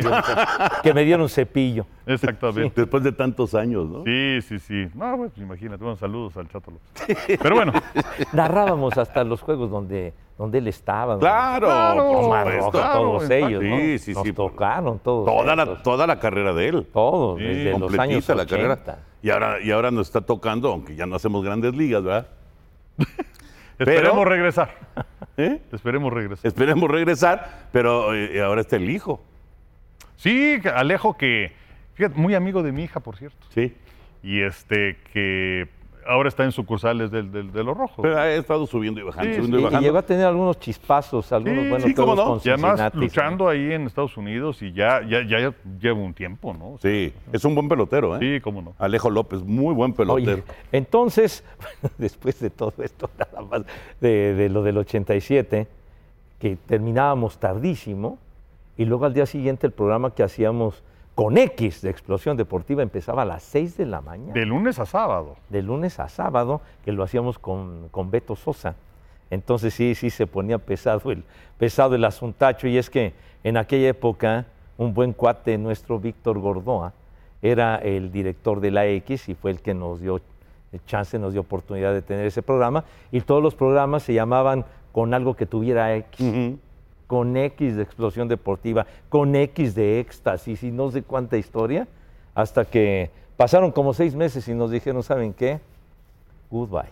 Que me dieron cepillo.
exactamente.
Después de tantos años, ¿no?
Sí, sí, sí. No, pues imagínate, bueno, saludos al Chato López. Pero bueno,
Narrábamos hasta los juegos donde, donde él estaba. donde-
Claro,
Claro.
por
Omar
supuesto.
Rojas,
claro,
todos
exacto.
ellos. ¿no?
Sí, sí,
Nos
sí.
tocaron todos.
Toda la,
ellos,
toda la carrera de él.
Todos,
Sí,
desde los
Completita
años 80.
la carrera. Y ahora, y ahora nos está tocando, aunque ya no hacemos grandes ligas, ¿verdad?
esperemos
Pero-
regresar.
¿Eh?
Esperemos regresar.
Esperemos regresar, pero eh, ahora está el hijo.
Sí, Alejo que, fíjate, muy amigo de mi hija, por cierto.
Sí.
Y este, que ahora está en sucursales del, del- de los rojos.
Pero ha estado subiendo y bajando,
Sí,
subiendo
Y,
y
y
bajando.
llegó a tener algunos chispazos, algunos
Sí,
buenos
sí,
cómo
juegos
no.
con
y además
Cincinnati.
luchando ahí en Estados Unidos y ya, ya, ya, lleva un tiempo, ¿no?
Sí, es un buen pelotero, ¿eh?
Sí, cómo no.
Alejo López, muy buen pelotero.
Oye, entonces, después de todo esto, nada más, de, de lo del 87, que terminábamos tardísimo, y luego al día siguiente el programa que hacíamos con X de Explosión Deportiva empezaba a las 6 de la mañana.
De lunes a sábado.
de lunes a sábado, que lo hacíamos con, con Beto Sosa. Entonces sí, sí se ponía pesado el, pesado el asuntacho y es que en aquella época un buen cuate nuestro, Víctor Gordoa, era el director de la X y fue el que nos dio chance, nos dio oportunidad de tener ese programa. Y todos los programas se llamaban con algo que tuviera X. Con X de explosión deportiva, con X de éxtasis y no sé cuánta historia. Hasta que pasaron como seis meses y nos dijeron, ¿saben qué? Goodbye.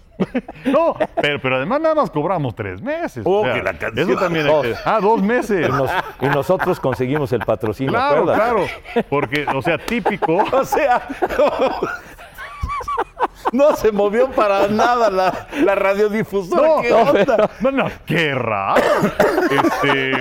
No, pero, pero además nada más cobramos tres meses.
Oh, que la canción.
Eso también hay que-
Dos.
Ah, dos meses.
Y, nos- y nosotros conseguimos el patrocinio.
Claro,
¿acuerdas?
claro. Porque, o sea, típico.
O sea, no se movió para nada la, la radiodifusora.
No,
¿Qué
no,
onda?
No, no, qué raro. Este,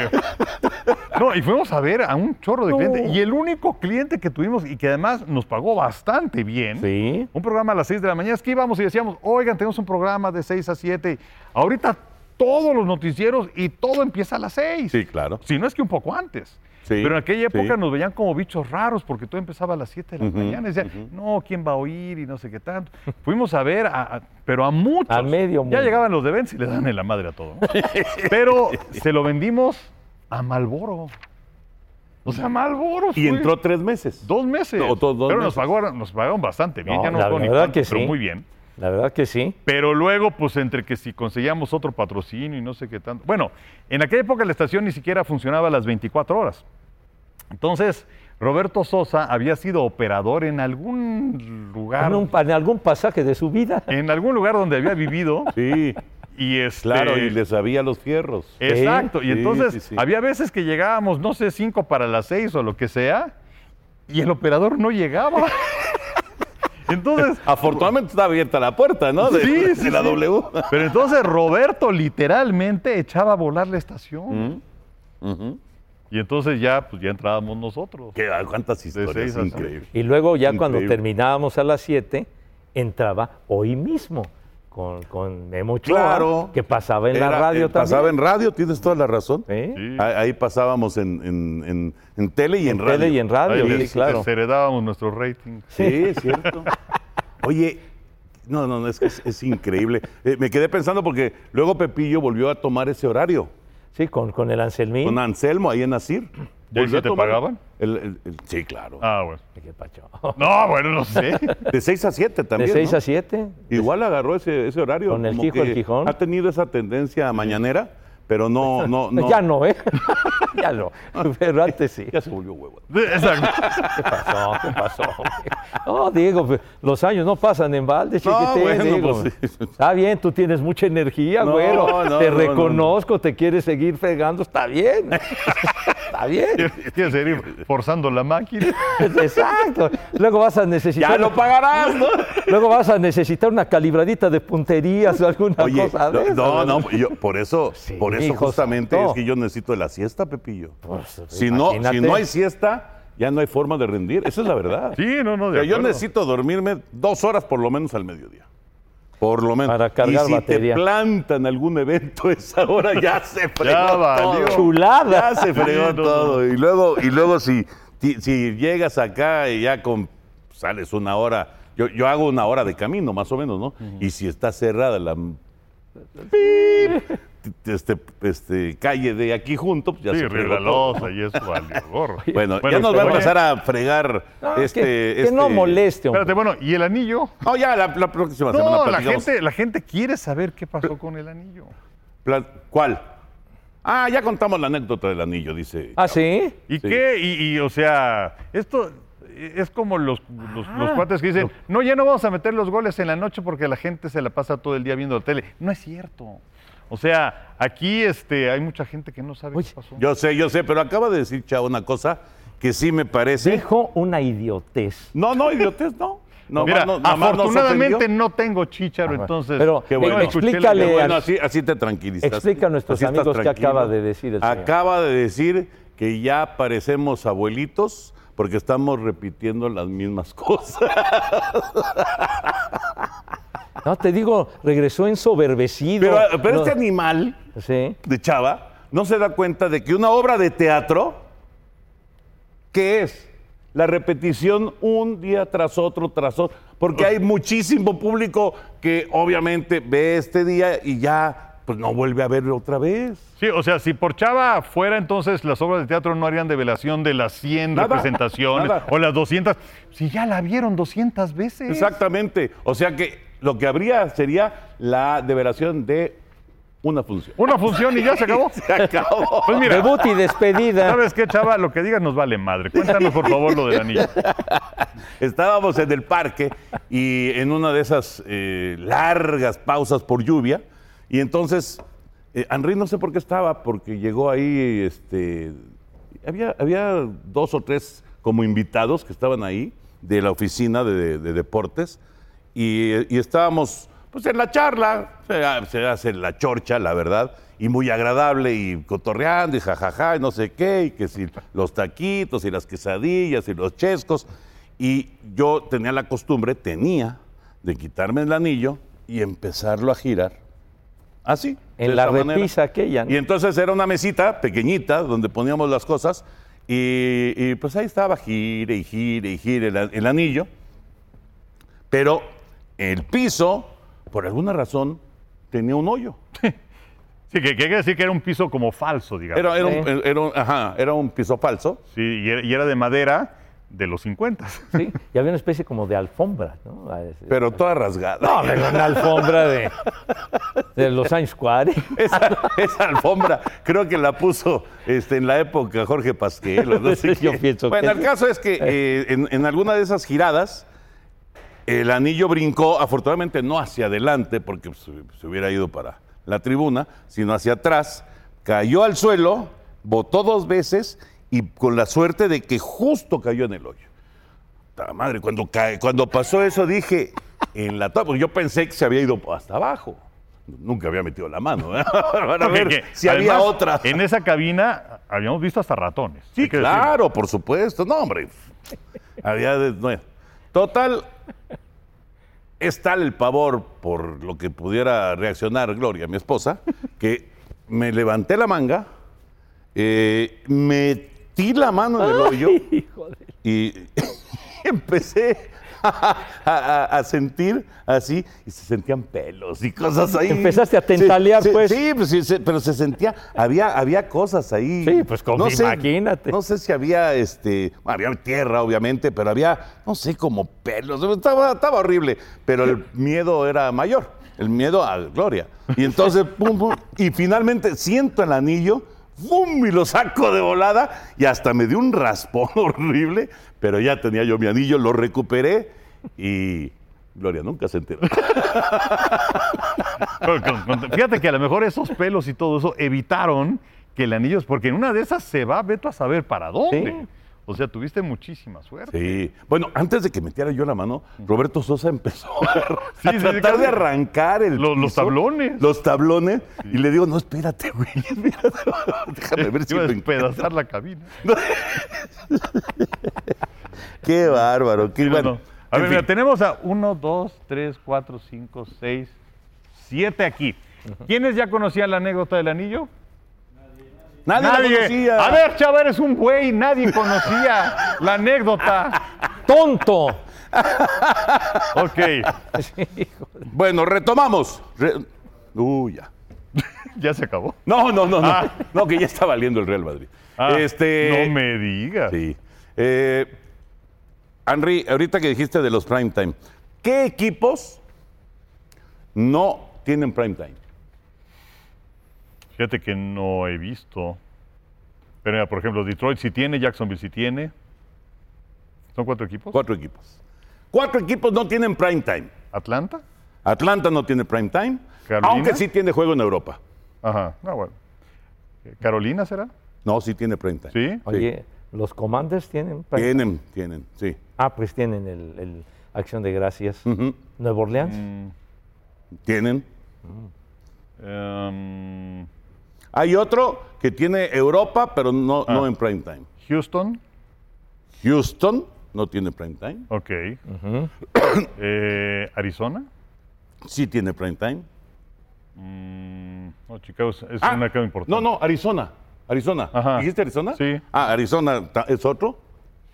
no, y fuimos a ver a un chorro de clientes. Y el único cliente que tuvimos y que además nos pagó bastante bien.
Sí.
Un programa a las 6 de la mañana. Es que íbamos y decíamos, oigan, tenemos un programa de 6 a 7. Ahorita todos los noticieros y todo empieza a las 6.
Sí, claro.
Si no es que un poco antes.
Sí,
Pero en aquella época
sí.
nos veían como bichos raros porque todo empezaba a las 7 de la mañana. Y decían, no, ¿quién va a oír? Y no sé qué tanto. Fuimos a ver, a- a- pero a muchos.
A medio mundo.
Pues, Ya llegaban los de Benz y le dan en la madre a todo. ¿no? pero se lo vendimos a Malboro. O sea, Malboro.
Y entró tres meses.
Dos meses.
No, dos- dos
pero
meses.
Nos, pagaron, nos pagaron bastante bien.
No,
ya no
la
me acuerdo ni
verdad
cuánto,
que
Pero
sí.
muy bien.
La verdad que sí.
Pero luego, pues entre que si conseguíamos otro patrocinio y no sé qué tanto. Bueno, en aquella época la estación ni siquiera funcionaba las 24 horas. Entonces, Roberto Sosa había sido operador en algún lugar.
En, un pa- en algún pasaje de su vida.
En algún lugar donde había vivido.
Sí,
Y este,
claro, y le sabía los fierros.
Exacto.
Sí,
y entonces
sí, sí.
había veces que llegábamos, no sé, 5 para las 6 o lo que sea, y el operador no llegaba. entonces,
Afortunadamente está abierta la puerta, ¿no? De,
Sí,
de
sí,
la
sí.
W.
Pero entonces Roberto literalmente echaba a volar la estación. Y entonces ya, pues ya entrábamos nosotros.
Mm, Qué- ah, ¿Cuántas
seis
historias?
a
Increíble.
Y luego ya cuando
Increíble.
terminábamos a las 7, entraba hoy mismo con, con Memo Ochoa,
Claro.
que pasaba en la
Era-
radio
eh,
también.
Pasaba en radio, tienes toda la razón.
Sí.
Sí.
Ahí, ahí pasábamos en, en- en- en tele y en, radio.
Tele y en radio,
Ay,
sí,
les-
claro.
les heredábamos nuestro rating.
Sí, es cierto. Oye, no, no, no, es que es, es increíble. Eh, me quedé pensando porque luego Pepillo volvió a tomar ese horario
Sí, con, con el Anselmín.
con Anselmo ahí en Asir.
¿Y ahí sí
Volvió a
te
tomar
pagaban?
el- el- el- sí, claro.
Ah, bueno.
Qué pacho.
No, bueno, no sé.
De 6 a 7
De
también.
6
¿no?
a 7.
Igual agarró ese, ese horario.
Con el
como
Quijo, el
que
Quijón.
Ha tenido esa tendencia mañanera, pero no, no, no.
Ya no, ¿eh? ya no. Pero antes sí.
Ya se volvió huevo.
Exacto.
¿Qué pasó? ¿Qué pasó? No, Diego, pues, los años no pasan en balde,
No,
chiquitín,
bueno,
Diego.
pues, sí.
Está bien, tú tienes mucha energía,
No,
güero.
no,
te
no, no.
reconozco, te quieres seguir fregando, está bien. está bien.
Quiere seguir forzando la máquina.
Exacto. Luego vas a necesitar.
pagarás, ¿no?
Luego vas a necesitar una calibradita de punterías o alguna
Oye,
cosa. de
no,
esas,
no,
¿verdad?
no, yo- por eso,
Sí,
por eso
hijo
justamente
santo.
es que yo necesito de la siesta, Pepillo.
Pues,
Si no, si
imagínate.
no hay siesta, ya no hay forma de rendir. Esa es la verdad.
Sí, no, no, de
O sea, yo
acuerdo.
necesito dormirme dos horas por lo menos al mediodía. Por lo menos.
Para cargar
y si
batería.
te plantan algún evento a esa hora, ya se fregó
valió.
todo.
Chulada.
Ya se fregó
Sí, no,
todo. Y luego, y luego si, ti- si llegas acá y ya con, sales una hora, yo, yo hago una hora de camino más o menos, ¿no? Y si está cerrada la m- pip, este, este, calle de aquí junto, pues ya
Sí,
se fregó todo.
regalosa y eso valió gorro.
Bueno, ya nos va a
oye,
empezar a fregar
No,
este,
que, que no
este-
moleste, hombre.
Espérate, bueno, ¿y el anillo?
No, Oh, ya la, la próxima semana
No, la
platicamos.
gente, la gente quiere saber qué pasó con el anillo.
Pla- ¿Cuál? Ah, ya contamos la anécdota del anillo, dice.
¿Ah, sí?
¿Y
Sí.
qué? Y, y, o sea, esto es como los, los, los cuates que dicen, no, ya no vamos a meter los goles en la noche porque la gente se la pasa todo el día viendo la tele. No es cierto. O sea, aquí este, hay mucha gente que no sabe
Oye,
qué pasó.
Yo sé, yo sé, pero acaba de decir Chao una cosa que sí me parece.
Dijo una idiotez.
No, no, idiotez, no. No,
Pues Mira,
no, nada más nos
afortunadamente
ofendió.
no tengo chicharo, entonces.
Pero,
Qué bueno.
no escuché la
explícale
Qué
idea.
bueno,
al-
así, así te tranquilizaste.
Explica a nuestros
Así estás
amigos qué
tranquilo.
acaba de decir el señor.
Acaba de decir que ya parecemos abuelitos porque estamos repitiendo las mismas cosas.
No, te digo, regresó ensoberbecido.
Pero, pero
No,
este animal
Sí.
de Chava no se da cuenta de que una obra de teatro, ¿qué es? La repetición un día tras otro, tras otro, porque hay muchísimo público que obviamente ve este día y ya pues no vuelve a verlo otra vez.
Sí, o sea, si por Chava fuera, entonces las obras de teatro no harían develación de las 100
Nada,
representaciones
nada.
o las 200. Si ya la vieron 200 veces.
Exactamente. O sea que lo que habría sería la develación de una función.
Una función y ya se acabó.
Se acabó.
Pues mira,
Debut y despedida.
¿sabes qué, Chava? Lo que digas nos vale madre. Cuéntanos, por favor, lo del anillo.
Estábamos en el parque y en una de esas eh, largas pausas por lluvia. Y entonces, eh, Henry no sé por qué estaba, porque llegó ahí, este, había, había dos o tres como invitados que estaban ahí de la oficina de, de deportes. Y, eh, y estábamos pues en la charla, se, ha- se hace la chorcha, la verdad, y muy agradable, y cotorreando, y jajaja, y no sé qué, y que si los taquitos, y las quesadillas, y los chescos. Y yo tenía la costumbre, tenía, de quitarme el anillo y empezarlo a girar. Así.
En
de
la
esa manera.
repisa aquella, ¿no?
Y entonces era una mesita pequeñita donde poníamos las cosas y, y, pues ahí estaba, gire y gire y gire el a- el anillo. Pero el piso, por alguna razón, tenía un hoyo.
Sí, que que quiere decir que era un piso como falso, digamos.
Era, era un,
Sí.
era un- ajá, era un piso falso.
Sí, y era, y era de madera de los 50.
Sí, y había una especie como de alfombra, ¿no? Ah, es-
Pero toda rasgada.
No, pero una alfombra de, de los años 40.
Esa, esa alfombra creo que la puso este, en la época Jorge Pasquel. o No sé
Yo
qué.
pienso
bueno,
que
el
sí.
caso es que eh, en, en alguna de esas giradas, el anillo brincó, afortunadamente no hacia adelante, porque pues, se hubiera ido para la tribuna, sino hacia atrás, cayó al suelo, botó dos veces y con la suerte de que justo cayó en el hoyo. Ta madre, cuando, cae- cuando pasó eso dije, en la tapa, porque yo pensé que se había ido hasta abajo. Nunca había metido la mano. ¿eh? Para
Porque
ver
que,
si había
además,
otra.
En esa cabina habíamos visto hasta ratones.
Sí,
hay que
claro, por supuesto. No, hombre. Había de- no. Total, es tal el pavor por lo que pudiera reaccionar Gloria, mi esposa, que me levanté la manga, eh, metí la mano en el hoyo y empecé a, a- a sentir así y se sentían pelos y cosas ahí.
Empezaste a
Sí,
tentalear,
sí,
pues.
Sí, pues, sí, sí, pero se sentía, había, había cosas ahí.
Sí, pues, como imagínate.
Mm. No sé si había, este, había tierra, obviamente, pero había, no sé, como pelos. Estaba, estaba horrible, pero el miedo era mayor, el miedo a Gloria. Y entonces, pum, pum, y finalmente siento el anillo, pum, y lo saco de volada, y hasta me dio un raspón horrible, pero ya tenía yo mi anillo, lo recuperé, y Gloria nunca se enteró.
decir- con- con- fíjate que a lo mejor esos pelos y todo eso evitaron que el anillo, porque en una de esas se va Beto a saber para dónde.
Sí.
O sea, tuviste muchísima suerte.
Sí. Bueno, antes de que metiera yo la mano, Roberto Sosa empezó a,
Sí,
a
sí, sí,
tratar
casi.
de arrancar el
Los- los tablones.
Los tablones. Y le digo, no, espérate, güey. espérate, déjame ver si
Iba a
lo encuentro.
despedazar la cabina.
Qué bárbaro. Qué bueno.
No. A
En
ver,
fin.
mira, tenemos a 1, 2, 3, 4, 5, 6, 7 aquí. ¿Quiénes ya conocían la anécdota del anillo?
nadie, la conocía.
A ver, chava, eres un güey. Nadie conocía la anécdota.
¡Tonto!
Ok.
Bueno, retomamos. Re- Uy, ya.
Ya se acabó.
No, no, no, no.
Ah.
No, que ya está valiendo el Real Madrid.
Ah,
este.
No me digas.
Sí. Eh, Henry, ahorita que dijiste de los prime time, ¿qué equipos no tienen prime time?
Fíjate que no he visto. Pero mira, por ejemplo, Detroit sí tiene, Jacksonville sí tiene. ¿Son cuatro equipos?
Cuatro equipos. Cuatro equipos no tienen prime time.
¿Atlanta?
Atlanta no tiene prime time,
Carolina.
aunque sí tiene juego en Europa.
Ajá. No, bueno. Eh, ¿Carolina será?
No, sí tiene prime time.
Sí.
Oye, ¿los commanders tienen?
Tienen, tienen, sí.
Ah, pues tienen el, el Acción de Gracias. ¿Nueva Orleans?
Tienen.
Em,
Hay otro que tiene Europa, pero no,
Ah.
no en prime time.
Houston.
Houston no tiene prime time.
Ok. Eh, Arizona.
Sí tiene prime time.
Mm, no, Chicago es es
Ah,
un mercado importante.
No, no, Arizona. Arizona.
Ajá.
¿Dijiste Arizona?
Sí.
Ah, Arizona ta- es otro.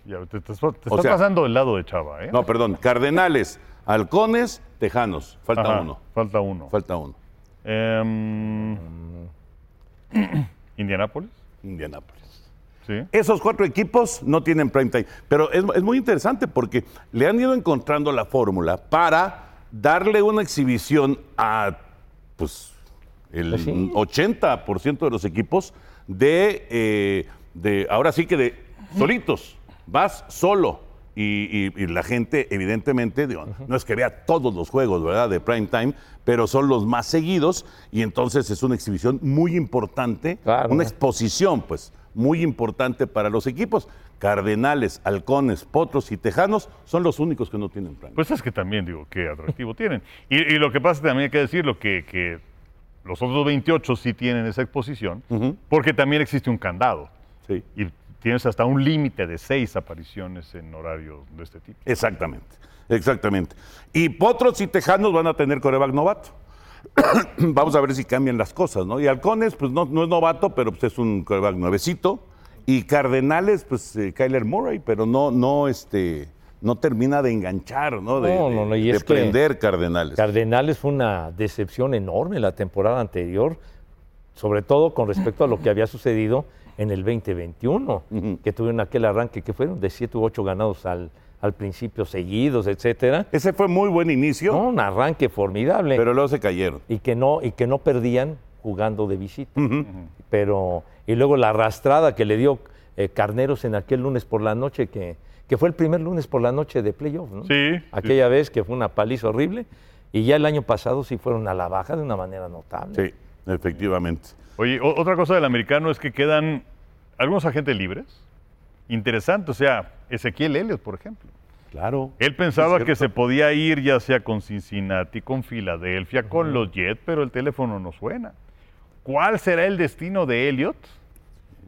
Ya, te, te- te estás
O sea-
pasando del lado de Chava, ¿eh?
No, perdón. Cardenales, Halcones, Tejanos. Falta
Ajá,
uno.
Falta uno.
Falta uno.
Em,
Mm.
Indianápolis,
Indianápolis.
sí.
Esos cuatro equipos no tienen prime time. Pero es, es muy interesante porque le han ido encontrando la fórmula para darle una exhibición a pues el
Pues sí.
80% de los equipos de, eh, de ahora sí que de solitos. Vas solo. Y, y- y la gente, evidentemente, digo, no es que vea todos los juegos, ¿verdad? De prime time, pero son los más seguidos y entonces es una exhibición muy importante,
Claro.
una exposición, pues, muy importante para los equipos. Cardenales, Halcones, Potros y Tejanos son los únicos que no tienen prime.
Pues es que también, digo, qué atractivo tienen. Y, y lo que pasa también hay que decirlo, que, que los otros 28 sí tienen esa exposición, porque también existe un candado.
Sí.
Y tienes hasta un límite de seis apariciones en horario de este tipo.
Exactamente, exactamente. Y Potros y Tejanos van a tener coreback novato. Vamos a ver si cambian las cosas, ¿no? Y Halcones, pues no, no es novato, pero pues, es un coreback nuevecito. Y Cardenales, pues eh, Kyler Murray, pero no, no, este, no termina de enganchar, ¿no? De,
No,
de-
no, no, y
de
es que-
prender Cardenales.
Cardenales fue una decepción enorme la temporada anterior, sobre todo con respecto a lo que había sucedido en el 2021, que tuvieron aquel arranque que fueron de 7 u 8 ganados al, al principio seguidos, etcétera.
Ese fue muy buen inicio,
No, un arranque formidable
pero luego se cayeron.
y que no y que no perdían jugando de visita. Pero y luego la arrastrada que le dio eh, Carneros en aquel lunes por la noche que que fue el primer lunes por la noche de playoff, ¿no?
Sí,
Aquella vez que fue una paliza horrible y ya el año pasado sí fueron a la baja de una manera notable.
Sí, efectivamente.
Oye, o- otra cosa del americano es que quedan algunos agentes libres. Interesante, o sea, Ezequiel Elliott, por ejemplo.
Claro.
Él pensaba
Es
que
cierto.
se podía ir ya sea con Cincinnati, con Filadelfia, con los Jets, pero el teléfono no suena. ¿Cuál será el destino de Elliot?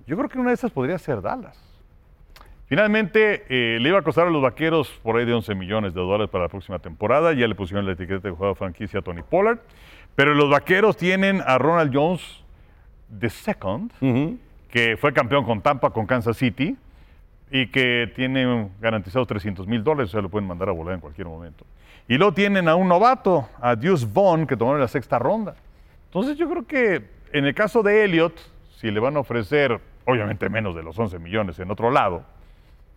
Yo creo que una de esas podría ser Dallas. Finalmente, eh, le iba a costar a los vaqueros por ahí de 11 millones de dólares para la próxima temporada. Ya le pusieron la etiqueta de jugador franquicia a Tony Pollard. Pero los vaqueros tienen a Ronald Jones the second, que fue campeón con Tampa, con Kansas City, y que tiene garantizados 300 mil dólares, o sea, lo pueden mandar a volar en cualquier momento. Y luego tienen a un novato, a Deuce Vaughn, que tomaron en la sexta ronda. Entonces yo creo que en el caso de Elliot, si le van a ofrecer, obviamente menos de los 11 millones en otro lado,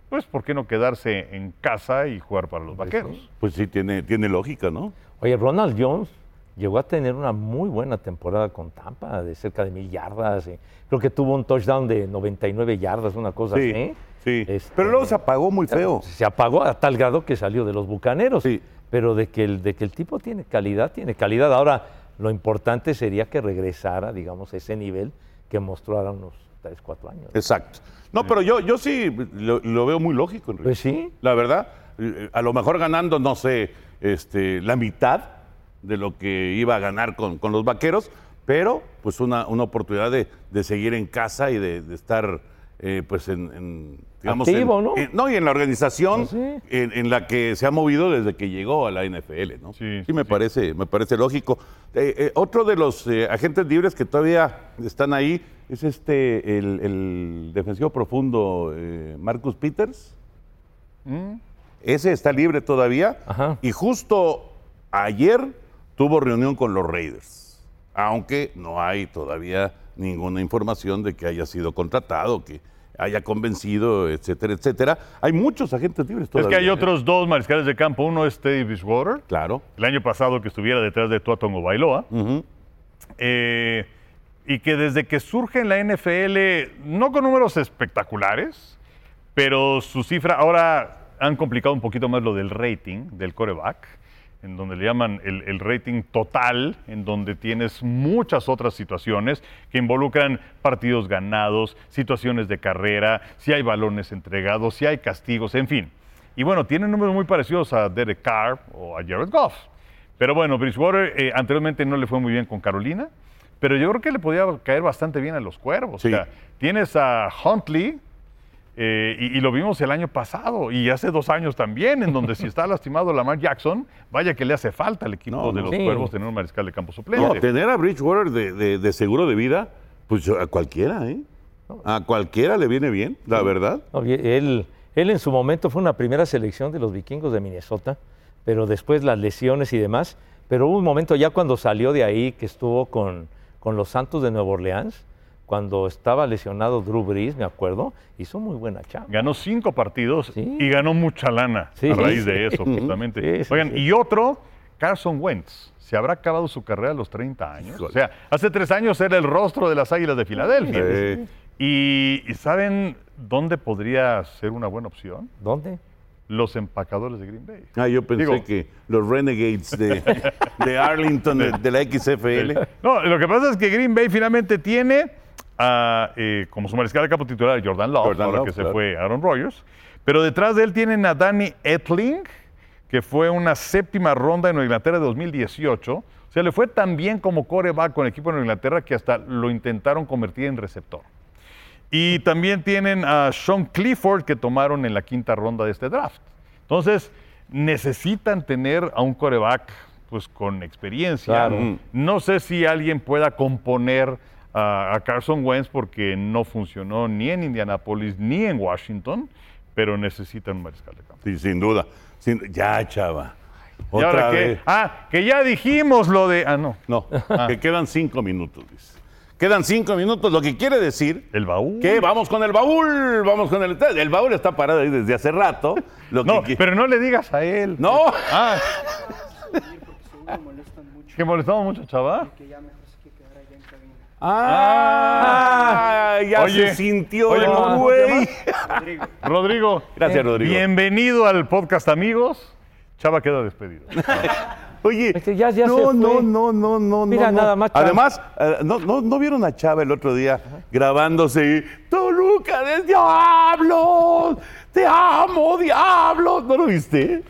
pues ¿por qué no quedarse en casa y jugar para los vaqueros?
Pues sí, tiene, tiene lógica, ¿no?
Oye, Ronald Jones llegó a tener una muy buena temporada con Tampa de cerca de mil yardas. eh. Creo que tuvo un touchdown de 99 yardas, una cosa
Sí,
así.
sí.
Pues Este,
Pero luego se apagó muy feo.
se apagó a tal grado que salió de los bucaneros.
Oh. Sí.
Pero de que, el, de que el tipo tiene calidad, tiene calidad. Ahora, lo importante sería que regresara, digamos, a ese nivel que mostró ahora unos 3, 4 años.
Exacto. No, pero yo, yo sí lo, lo veo muy lógico, Enrique.
Pues sí.
La verdad, eh, a lo mejor ganando, no sé, este, la mitad de lo que iba a ganar con, con los vaqueros, pero pues una, una oportunidad de, de seguir en casa y de, de estar eh, pues en, en, digamos, en-
Activo, ¿no?
en- y en la organización
Pues sí.
en, en la que se ha movido desde que llegó a la NFL, ¿no?
Sí,
me
sí.
parece, me parece lógico. Eh, eh, otro de los eh, agentes libres que todavía están ahí es este el, el defensivo profundo eh, Marcus Peters.
Mm.
Ese está libre todavía.
Ajá.
Y justo ayer tuvo reunión con los Raiders. Aunque no hay todavía ninguna información de que haya sido contratado, que haya convencido, etcétera, etcétera. Hay muchos agentes libres
Es
todavía.
que hay
¿eh?
otros dos mariscales de campo. Uno es Teddy Bridgewater,
Claro.
el año pasado que estuviera detrás de Tuatongo Bailoa. Eh, y que desde que surge en la NFL, no con números espectaculares, pero su cifra ahora han complicado un poquito más lo del rating del coreback, en donde le llaman el, el rating total, en donde tienes muchas otras situaciones que involucran partidos ganados, situaciones de carrera, si hay balones entregados, si hay castigos, en fin. Y bueno, tienen números muy parecidos a Derek Carr o a Jared Goff. Pero bueno, Bridgewater eh, anteriormente no le fue muy bien con Carolina, pero yo creo que le podía caer bastante bien a los cuervos.
Sí.
O sea, tienes a Huntley, eh, y, y lo vimos el año pasado y hace dos años también, en donde si está lastimado Lamar Jackson, vaya que le hace falta al equipo
No,
de
no.
los
Sí.
cuervos tener un mariscal de campo
No,
suplente.
tener a Bridgewater de, de- de seguro de vida, pues a cualquiera, ¿eh? A cualquiera le viene bien, la verdad.
No, y él, él en su momento fue una primera selección de los vikingos de Minnesota, pero después las lesiones y demás, Pero hubo un momento ya cuando salió de ahí, que estuvo con, con los Santos de Nueva Orleans, cuando estaba lesionado Drew Brees, me acuerdo, hizo muy buena chamba.
Ganó cinco partidos
Sí.
y ganó mucha lana
Sí.
a raíz de eso, justamente.
Sí, sí,
Oigan,
sí.
y otro, Carson Wentz. Se habrá acabado su carrera a los 30 años. O sea, hace tres años era el rostro de las Águilas de Filadelfia.
Sí.
Y, y ¿saben dónde podría ser una buena opción?
¿Dónde?
Los empacadores de Green Bay.
Ah, yo pensé
Digo-
que los Renegades de, de Arlington, de, de la XFL.
No, lo que pasa es que Green Bay finalmente tiene a, eh, como su mariscal de campo titular a Jordan Love,
Jordan
ahora
Love,
que se
claro.
fue Aaron Rodgers. Pero detrás de él tienen a Danny Etling, que fue una séptima ronda en Nueva Inglaterra de 2018. O sea, le fue tan bien como coreback con el equipo de Nueva Inglaterra que hasta lo intentaron convertir en receptor. Y también tienen a Sean Clifford que tomaron en la quinta ronda de este draft. Entonces, necesitan tener a un coreback pues, con experiencia. Mm.
Claro.
No sé si alguien pueda componer a, a Carson Wentz porque no funcionó ni en Indianápolis ni en Washington, pero necesitan un mariscal de campo.
Sí, sin duda. Sin- ya, chava.
¿Y
Otra
ahora qué?
vez.
Ah, que ya dijimos lo de... Ah, no.
No, que quedan cinco minutos, dice. Quedan cinco minutos, lo que quiere decir
El baúl.
que vamos con el baúl, vamos con el... El baúl está parado ahí desde hace rato. Lo
No,
que qui-
pero no le digas a él.
No,
Ah. Que molestamos mucho, chaval.
Ah, ya
Oye,
se sintió
oye,
el
¿cómo-
güey.
Rodrigo.
Gracias, Rodrigo.
Bienvenido al podcast, amigos. Chava queda despedido.
Oye,
Este, ya- ya
no,
se fue.
no, no, no, no,
Mira
no,
nada más, Chava.
Además, eh, no, no, no vieron a Chava el otro día grabándose y, Toluca del diablo, te amo, diablo. ¿No lo viste?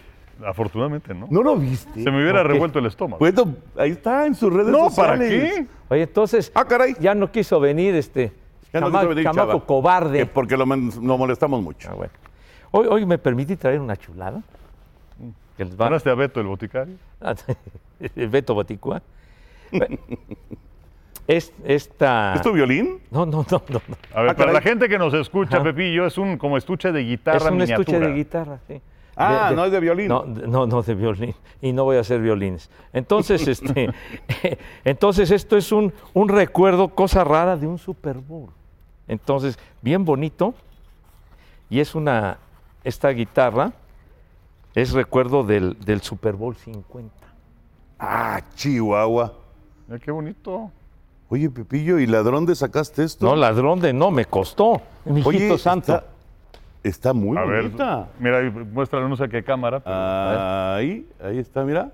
Afortunadamente, ¿no?
¿No lo viste?
Se me hubiera revuelto el estómago.
Bueno, ahí está en sus redes
no, ¿para
sociales.
qué?
Oye, entonces,
Ah, caray.
ya no quiso venir este
Ya no
chama-
quiso venir,
chamaco
Chava.
cobarde.
Que porque lo, men- lo molestamos mucho.
Ah, bueno. hoy, hoy me permití traer una chulada. Que les va-
¿Ganaste a Beto el boticario?
Ah, el Beto Boticua. Es, esta...
¿Es tu violín?
No, no, no, no. no.
A ver,
Ah,
para
caray.
la gente que nos escucha, Pepillo, es un como estuche de guitarra
Es un estuche
miniatura.
de guitarra, sí.
Ah, no es de violín.
No, de- no, no de violín. Y no voy a hacer violines. Entonces, este, entonces esto es un, un recuerdo, cosa rara, de un Super Bowl. Entonces, bien bonito. Y es una, esta guitarra es recuerdo del, del Super Bowl 50.
Ah, Chihuahua.
Mira, Eh, qué bonito.
Oye, Pepillo, ¿y ladrón de sacaste esto?
No, ladrón de no, me costó. Mijito santo.
Está, está muy
A ver,
bonita.
mira, muéstrale no sé qué cámara. pero-
Ahí, ahí está, mira.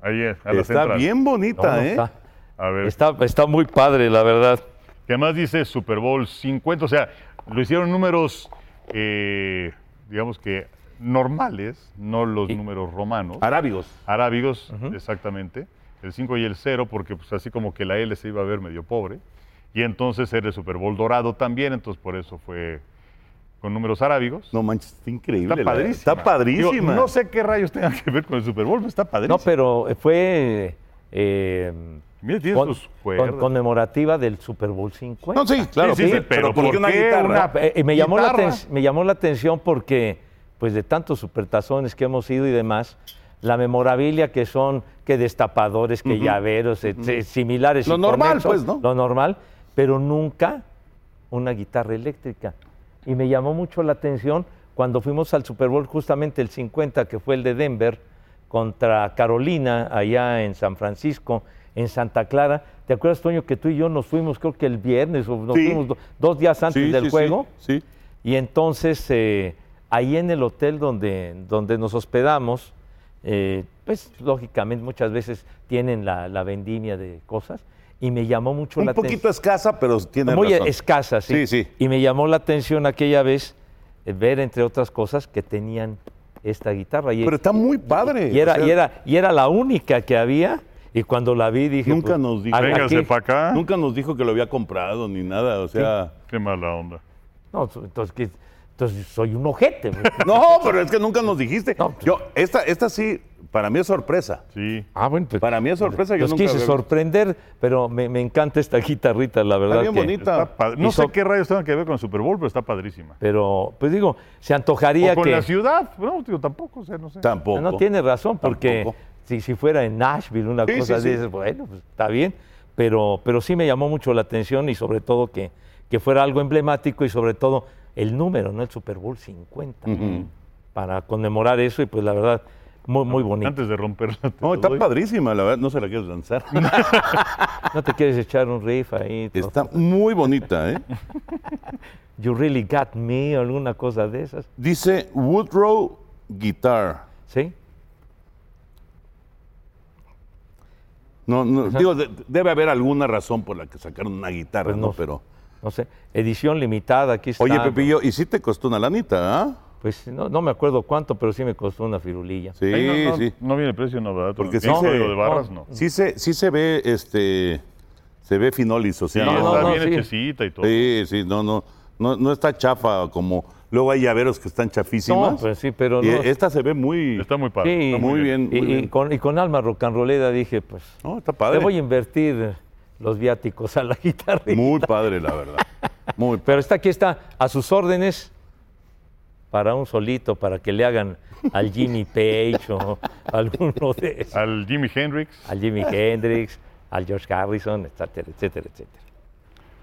ahí es, a la
Está
central.
bien
No,
bonita,
no,
¿eh?
está,
A ver,
está, está muy padre, la verdad.
que además dice Super Bowl 50, o sea, lo hicieron números, eh, digamos que normales, no los números romanos.
Arábigos.
arábigos, exactamente, el 5 y el 0, porque pues así como que la L se iba a ver medio pobre, y entonces era el Super Bowl dorado también, entonces por eso fue con números arábigos.
No manches, está increíble.
está
la-
padrísima.
Está padrísima.
Digo, no sé qué rayos tenga que ver con el Super Bowl, pero está padrísima.
No, pero fue eh,
Mira, tiene
con-
sus
con-
cuerdas.
conmemorativa del Super Bowl 50.
No, sí, claro.
Sí, sí, sí, pero ¿por
una
qué
guitarra?
una-
Eh, eh, me, llamó la
Guitarra.
aten- me llamó la atención porque, pues de tantos supertazones que hemos ido y demás, la memorabilia que son, que destapadores, que llaveros, et- eh, similares. y
Lo normal,
conexos,
pues, ¿no?
Lo normal, pero nunca una guitarra eléctrica. Y me llamó mucho la atención cuando fuimos al Super Bowl, justamente el 50, que fue el de Denver, contra Carolina, allá en San Francisco, en Santa Clara. ¿Te acuerdas, Toño, que tú y yo nos fuimos, creo que el viernes, o nos
Sí.
fuimos do- dos días antes? antes
Sí,
del
sí, sí,
juego.
Sí,
Y entonces, eh, ahí en el hotel donde, donde nos hospedamos, eh, pues lógicamente muchas veces tienen la, la vendimia de cosas. Y me llamó mucho
Un
la
poquito
atención.
escasa, pero tiene
Muy
razón.
escasa, sí.
Sí, sí.
Y me llamó la atención aquella vez eh, ver, entre otras cosas, que tenían esta guitarra. Y,
Pero está muy padre.
y era,
o sea,
y, era, y era la única que había. Y cuando la vi dije... pues,
Nunca nos dijo.
a-
Véngase
aquí-
para acá.
Nunca nos dijo que lo había comprado ni nada, o sea...
Qué mala onda.
No, entonces, ¿qué? entonces soy un ojete. pues.
No, pero es que nunca nos dijiste.
No. pues.
Yo, esta, esta sí, para mí es sorpresa.
Sí.
Ah, bueno, pues,
Para mí es sorpresa, yo
Los
nunca
quise
había-
sorprender, pero me, me encanta esta guitarrita, la verdad.
Está bien
que-
bonita.
Está padre. No sé
Hizo-
qué rayos tenga que ver con el Super Bowl, pero está padrísima.
Pero, pues digo, se
O
antojaría
con
que.
la ciudad. No, digo, tampoco, o sea, no sé.
Tampoco.
No tiene razón, porque
Tampoco.
si, si fuera en Nashville una
Sí,
cosa
sí, sí.
así, dices, bueno, pues, está bien. Pero, pero sí me llamó mucho la atención y sobre todo que, que fuera algo emblemático y sobre todo el número, ¿no? El Super Bowl 50. Para conmemorar eso y pues la verdad, muy, muy bonito.
Antes de romperla. te
No,
lo
está
doy.
padrísima, la verdad, no se la quieres lanzar.
¿No te quieres echar un riff ahí? todo?
Está muy bonita, ¿eh?
You really got me, o alguna cosa de esas.
Dice Woodrow Guitar.
¿Sí?
No, no, digo, de- debe haber alguna razón por la que sacaron una guitarra,
Pues
¿no?
no.
Pero.
No sé. Edición limitada, aquí está.
Oye,
¿no?
Pepillo, ¿y sí te costó una lanita, ah?
Pues no, no me acuerdo cuánto, pero sí me costó una firulilla.
Sí,
Ahí no, no,
sí.
No viene el precio, no, ¿verdad?
Porque
Porque
sí
sí,
se-
código de barras, no.
Sí se, sí se ve, este, se ve finolis, o sea,
Sí,
no,
está
no,
bien
sí.
hechecita y todo.
sí, sí, no, no, no, no está chafa como luego hay llaveros que están chafísimas.
No, pues sí, pero
Y
no.
esta se ve muy,
Está muy padre.
Sí.
está
muy bien,
y,
muy
y
bien.
con, y con alma rocanrolera dije, pues,
No, está
le
padre.
voy a invertir los viáticos a la guitarra.
Muy padre, la verdad. Muy
Pero está aquí, está a sus órdenes para un solito, para que le hagan al Jimmy Page o alguno de esos.
Al Jimi Hendrix.
Al Jimi Hendrix, al George Harrison, etcétera, etcétera, etcétera.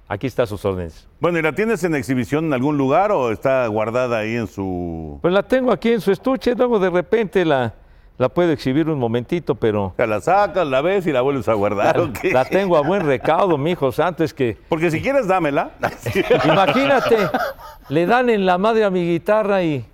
Aquí está a sus órdenes.
Bueno, ¿y la tienes en exhibición en algún lugar o está guardada ahí en su...
Pues la tengo aquí en su estuche, luego de repente la, la puedo exhibir un momentito, pero
O sea, la sacas, la ves y la vuelves a guardar. ¿o qué?
la tengo a buen recaudo, mi hijo santo, es que
Porque si quieres, dámela.
imagínate, le dan en la madre a mi guitarra y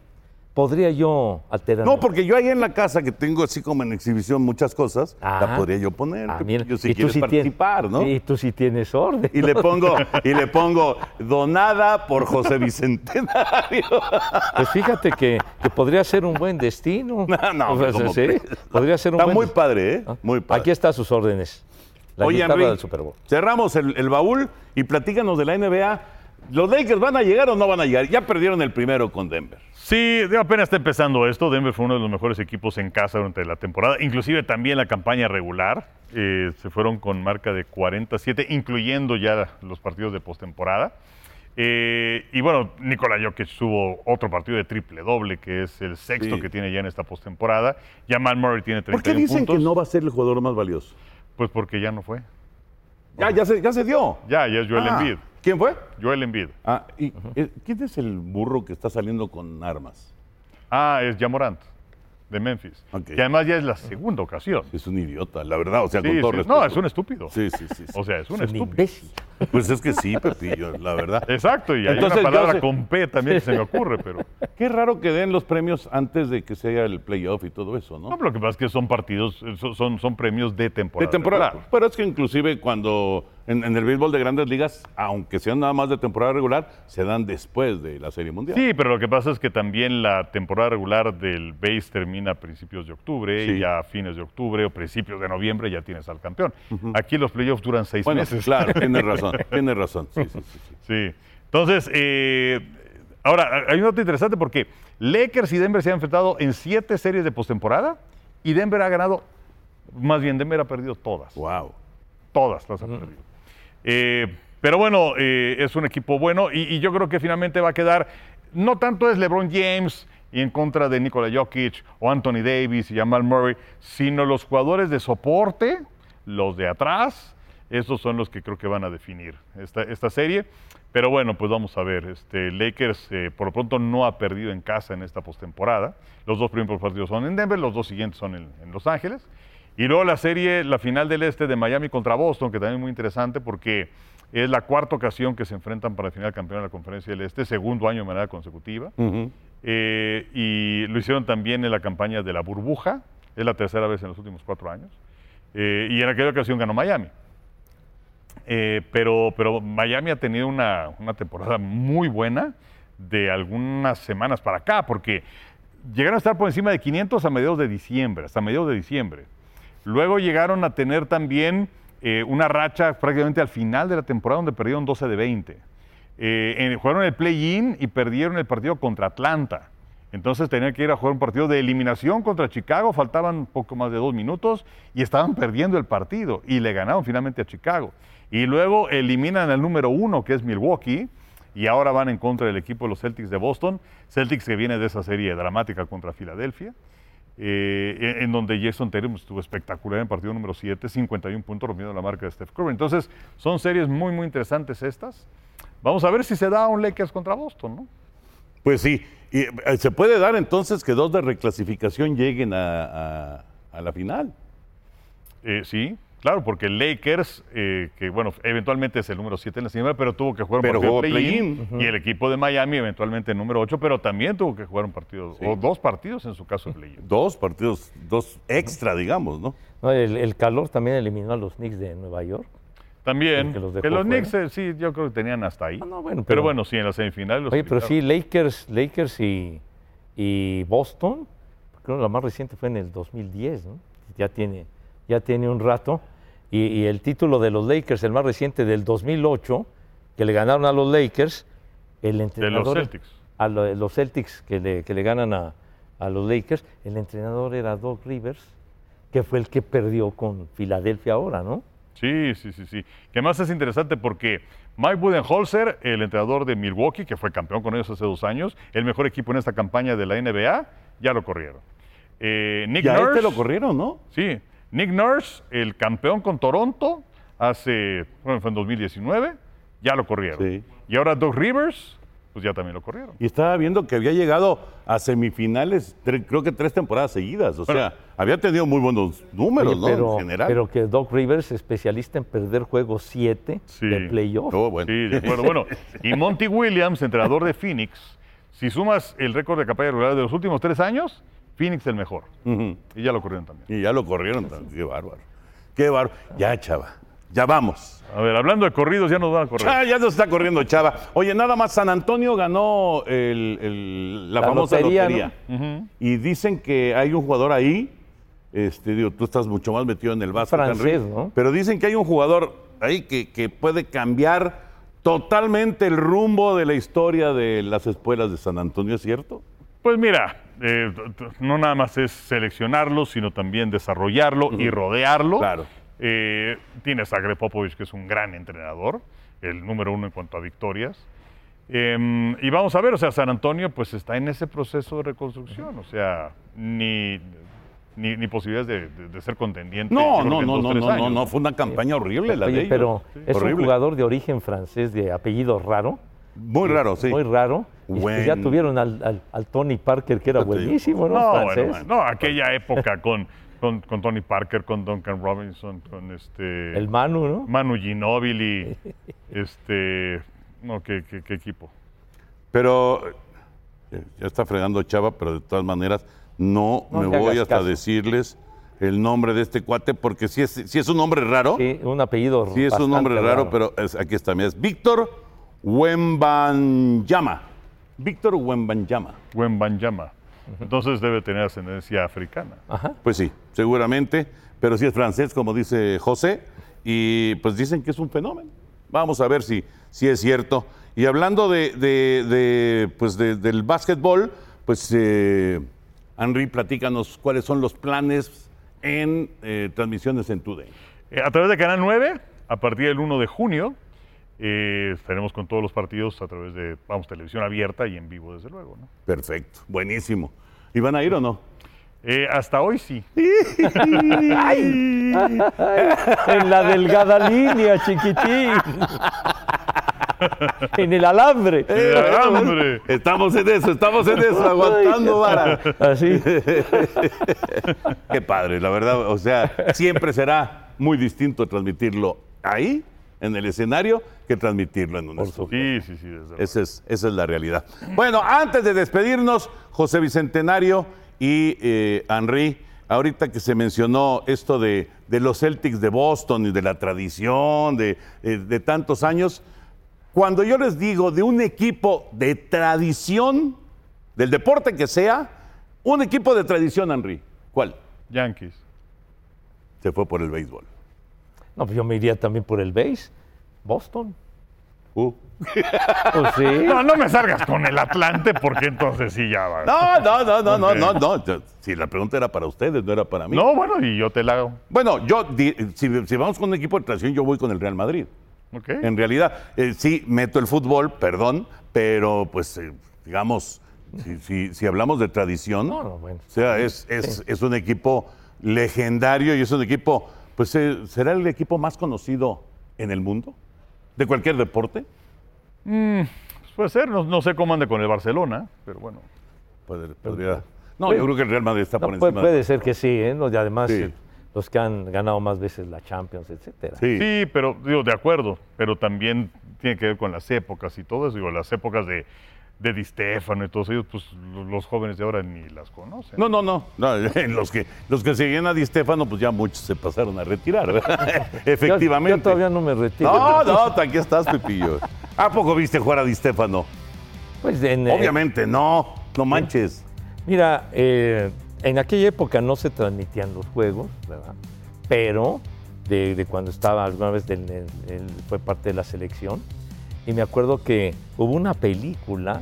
podría yo alterar.
No, porque yo ahí en la casa que tengo así como en exhibición muchas cosas, la
Ajá.
podría yo poner.
Ah, mira,
yo si
y tú
quieres
sí tienes-
participar, ¿no?
Y tú sí tienes orden.
Y le pongo, y le pongo donada por José Bicentenario.
Pues fíjate que, que podría ser un buen destino.
No, no,
O sea,
¿cómo
Pues, sí,
crees?
podría ser un
Está
buen
muy
des-
padre, ¿eh?
¿Ah?
Muy padre.
Aquí está a sus órdenes. La
Oye,
guitarra
Henry,
del Super Bowl.
cerramos el, el baúl y platícanos de la NBA. ¿Los Lakers van a llegar o no van a llegar? Ya perdieron el primero con Denver.
Sí, digo, apenas está empezando esto. Denver fue uno de los mejores equipos en casa durante la temporada, inclusive también la campaña regular. Eh, se fueron con marca de 47, incluyendo ya los partidos de postemporada. Eh, y bueno, Nikola Jokic tuvo otro partido de triple doble, que es el sexto
Sí.
que tiene ya en esta postemporada. Jamal Murray tiene 31
¿Por qué dicen
puntos.
que no va a ser el jugador más valioso?
Pues porque ya no fue.
Ya, ya, se, ya se dio.
Ya, ya es Joel
Ah,
Embiid.
¿Quién fue?
Joel Embiid.
Ah, y, eh, ¿Quién es el burro que está saliendo con armas?
Ah, es Jamorant, de Memphis.
Ok.
Y además ya es la segunda ocasión.
Es un idiota, la verdad, o sea,
Sí,
con todo
sí.
respeto.
No, es un estúpido.
Sí, sí, sí. sí.
O sea, es un
Es un
estúpido.
imbécil.
Pues es que sí, Pepillo, la verdad.
Exacto, y hay
Entonces,
una palabra
yo sé-
con P también que se me ocurre, pero.
Qué raro que den los premios antes de que se haga el playoff y todo eso, ¿no?
No, pero lo que pasa es que son partidos, eh, son- son, son premios de temporada.
de temporada. Pero es que inclusive cuando en, en el béisbol de grandes ligas, aunque sean nada más de temporada regular, se dan después de la Serie Mundial.
Sí, pero lo que pasa es que también la temporada regular del BASE termina a principios de octubre
Sí.
y ya a fines de octubre o principios de noviembre ya tienes al campeón. Aquí los playoffs duran seis
Bueno,
meses.
claro, tienes razón, tienes razón. Sí, sí, sí, sí.
Sí. Entonces, eh, ahora, hay un dato interesante porque Lakers y Denver se han enfrentado en siete series de postemporada y Denver ha ganado, más bien Denver ha perdido todas.
Wow.
Todas las ha perdido. Eh, pero bueno, eh, es un equipo bueno y, y yo creo que finalmente va a quedar, no tanto es LeBron James y en contra de Nikola Jokic o Anthony Davis y Jamal Murray, sino los jugadores de soporte, los de atrás, esos son los que creo que van a definir esta, esta serie. Pero bueno, pues vamos a ver. Este, Lakers eh, por lo pronto no ha perdido en casa en esta postemporada. Los dos primeros partidos son en Denver, los dos siguientes son en- en Los Ángeles. Y luego la serie, la final del este de Miami contra Boston, que también es muy interesante porque es la cuarta ocasión que se enfrentan para definir al campeón de la conferencia del este, segundo año de manera consecutiva. Eh, y lo hicieron también en la campaña de la burbuja, es la tercera vez en los últimos cuatro años. Eh, y en aquella ocasión ganó Miami. Eh, pero, pero Miami ha tenido una, una temporada muy buena de algunas semanas para acá, porque llegaron a estar por encima de 500 a mediados de diciembre, hasta mediados de diciembre. Luego llegaron a tener también eh, una racha prácticamente al final de la temporada donde perdieron 12 de 20. Eh, en- jugaron el play-in y perdieron el partido contra Atlanta. Entonces tenían que ir a jugar un partido de eliminación contra Chicago, faltaban poco más de dos minutos y estaban perdiendo el partido y le ganaron finalmente a Chicago. Y luego eliminan al número uno, que es Milwaukee, y ahora van en contra del equipo de los Celtics de Boston, Celtics que viene de esa serie dramática contra Filadelfia. eh, en donde Jason Tatum estuvo espectacular en partido número 7, 51 puntos rompiendo la marca de Steph Curry. Entonces, son series muy, muy interesantes estas. Vamos a ver si se da un Lakers contra Boston, ¿no?
Pues sí, y, eh, se puede dar entonces que dos de reclasificación lleguen a, a- a la final.
Eh, sí, claro, porque Lakers, eh, que bueno, eventualmente es el número 7 en la semana, pero tuvo que jugar un
Pero
partido de
jugó
play-in.
play-in.
Y el equipo de Miami, eventualmente el número 8, pero también tuvo que jugar un partido, o dos partidos en su caso de play-in.
Dos partidos, dos extra, digamos, ¿no?
No, el, el calor también eliminó a los Knicks de Nueva York.
También,
Porque los
que
dejó
los
fuera.
Knicks, eh, sí, yo creo que tenían hasta ahí.
Ah, no, bueno,
pero,
pero-
bueno, sí, en la semifinal los
Oye, pero sí,
eliminaron.
Lakers, Lakers y, y Boston, creo que la más reciente fue en el 2010, ¿no? Ya tiene, ya tiene un rato. Y, y el título de los Lakers, el más reciente del 2008, que le ganaron a los Lakers, el entrenador...
Celtics.
A lo- los Celtics que le, que le ganan a, a los Lakers, el entrenador era Doc Rivers, que fue el que perdió con Filadelfia ahora, ¿no?
Sí, sí, sí, sí. Que más es interesante porque Mike Budenholzer, el entrenador de Milwaukee, que fue campeón con ellos hace dos años, el mejor equipo en esta campaña de la NBA, ya lo corrieron. Eh, Nick
Y a
Nurse-
este lo corrieron, ¿no?
Sí, Nick Nurse, el campeón con Toronto, hace, bueno, fue en 2019, ya lo corrieron.
Sí.
Y ahora Doug Rivers, pues ya también lo corrieron.
Y estaba viendo que había llegado a semifinales, tre- creo que tres temporadas seguidas. O
Bueno.
sea, había tenido muy buenos números,
Oye,
¿no? en general.
pero que Doc Rivers, especialista en perder juegos 7
Sí.
de playoff.
Estuvo bueno.
Sí, de acuerdo. Bueno, y Monty Williams, entrenador de Phoenix, si sumas el récord de campaña regular de los últimos tres años, Phoenix el mejor.
Ujú.
Y ya lo corrieron también.
Y ya lo corrieron. tan- Qué bárbaro. Qué bárbaro. Ya, chava. Ya vamos.
A ver, hablando de corridos, ya nos van a correr.
Ah, ya nos está corriendo, Chava. Oye, nada más, San Antonio ganó el- el- la,
La
famosa
lotería,
lotería. Y dicen que hay un jugador ahí, este, digo, tú estás mucho más metido en el básquet,
Francés,
Henry,
¿no?
pero dicen que hay un jugador ahí que, que puede cambiar totalmente el rumbo de la historia de las escuelas de San Antonio, ¿es cierto?
Pues mira, eh, t- t- no nada más es seleccionarlo, sino también desarrollarlo y rodearlo.
Claro.
Eh, tienes a Greg Popovich, que es un gran entrenador, el número uno en cuanto a victorias. Em, y vamos a ver, o sea, San Antonio pues está en ese proceso de reconstrucción, o sea, ni, ni, ni posibilidades de, de- de ser contendiente. yo
No,
creo
no,
que en
no,
dos,
no,
tres
no, no,
años.
no, fue una campaña horrible la de
Oye,
ellos.
pero es un
Horrible.
jugador de origen francés de apellido raro,
Muy raro, sí.
muy raro. y pues ya
Buen-
tuvieron al, al- al Tony Parker, que era
Ya te digo.
buenísimo, ¿no?
No, bueno,
Francés.
bueno, no, aquella época con, con, con Tony Parker, con Duncan Robinson, con este...
El Manu, ¿no?
Manu Ginóbili, este, no, ¿qué, qué, qué equipo?
Pero eh, ya está fregando Chava, pero de todas maneras no,
No
me
le
voy
hagas
hasta
caso.
decirles el nombre de este cuate porque si es, si es un nombre raro, sí,
Sí, un apellido
es un
bastante
nombre raro, pero es- aquí está, mira, es Víctor Wembanyama. Víctor Wembanyama.
Wembanyama. Entonces debe tener ascendencia africana.
Pues sí, seguramente, pero sí es francés, como dice José, y pues dicen que es un fenómeno. Vamos a ver si, si es cierto. Y hablando de, de- de, pues de- del básquetbol, pues eh, Henry, platícanos cuáles son los planes en eh, transmisiones en Tude.
Eh, a través de Canal 9, a partir del 1 de junio, eh, estaremos con todos los partidos a través de, vamos, televisión abierta y en vivo, desde luego. ¿no?
Perfecto, buenísimo. ¿Y van a ir o no?
Eh, hasta hoy sí.
En la delgada línea, chiquitín. en el alambre.
Eh,
Eh, ah, ¡Hombre!
Estamos en eso, estamos en eso, aguantando vara.
Así.
Qué padre, la verdad. O sea, siempre será muy distinto transmitirlo ahí, en el escenario, que transmitirlo en un estudio.
Sí, sí, sí, desde luego.
Esa es, esa es la realidad. Bueno, antes de despedirnos, José Bicentenario y eh, Henry, ahorita que se mencionó esto de, de los Celtics de Boston y de la tradición de, eh, de tantos años, cuando yo les digo de un equipo de tradición, del deporte que sea, un equipo de tradición, Henry, ¿cuál?
Yankees.
se fue por el béisbol.
No, pues yo me iría también por el base. Boston.
Uh.
Pues sí.
No, no me salgas con el Atlante porque entonces sí ya va.
No, no, no, no, no, no,
Ok.
no. Yo- Si la pregunta era para ustedes, no era para mí.
No, bueno, y yo te la hago.
Bueno, yo, di- si, si vamos con un equipo de tracción, yo voy con el Real Madrid.
¿ok?
En realidad, eh, sí, meto el fútbol, perdón, pero pues, eh, digamos, Si, si- si hablamos de tradición,
No, no, bueno.
o sea, es, es- es un equipo legendario y es un equipo, pues eh, será el equipo más conocido en el mundo, de cualquier deporte.
Pues puede ser, no, no sé cómo ande con el Barcelona, pero bueno.
Puede- podría- No, yo creo que el Real Madrid está
No,
por
puede,
encima. de-
puede ser que sí, ¿eh? No, y además
Sí.
eh, los que han ganado más veces la Champions, etcétera.
Sí.
Sí, pero digo, de acuerdo, pero también tiene que ver con las épocas y todo eso, digo, las épocas de, de Di Stefano y todos ellos, pues lo- los jóvenes de ahora ni las conocen.
No, no, no. no, los, que, los que seguían a Di Stefano, pues ya muchos se pasaron a retirar, ¿verdad?
Yo-
Efectivamente.
Yo, todavía no me retiro.
No, no, aquí estás, Pepillo. ¿A poco viste jugar a Di Stefano?
Pues en, eh,
Obviamente, no. No manches.
Mira, eh, en aquella época no se transmitían los juegos, ¿verdad? Pero de, de cuando estaba alguna vez, del- del- él fue parte de la selección. Y me acuerdo que hubo una película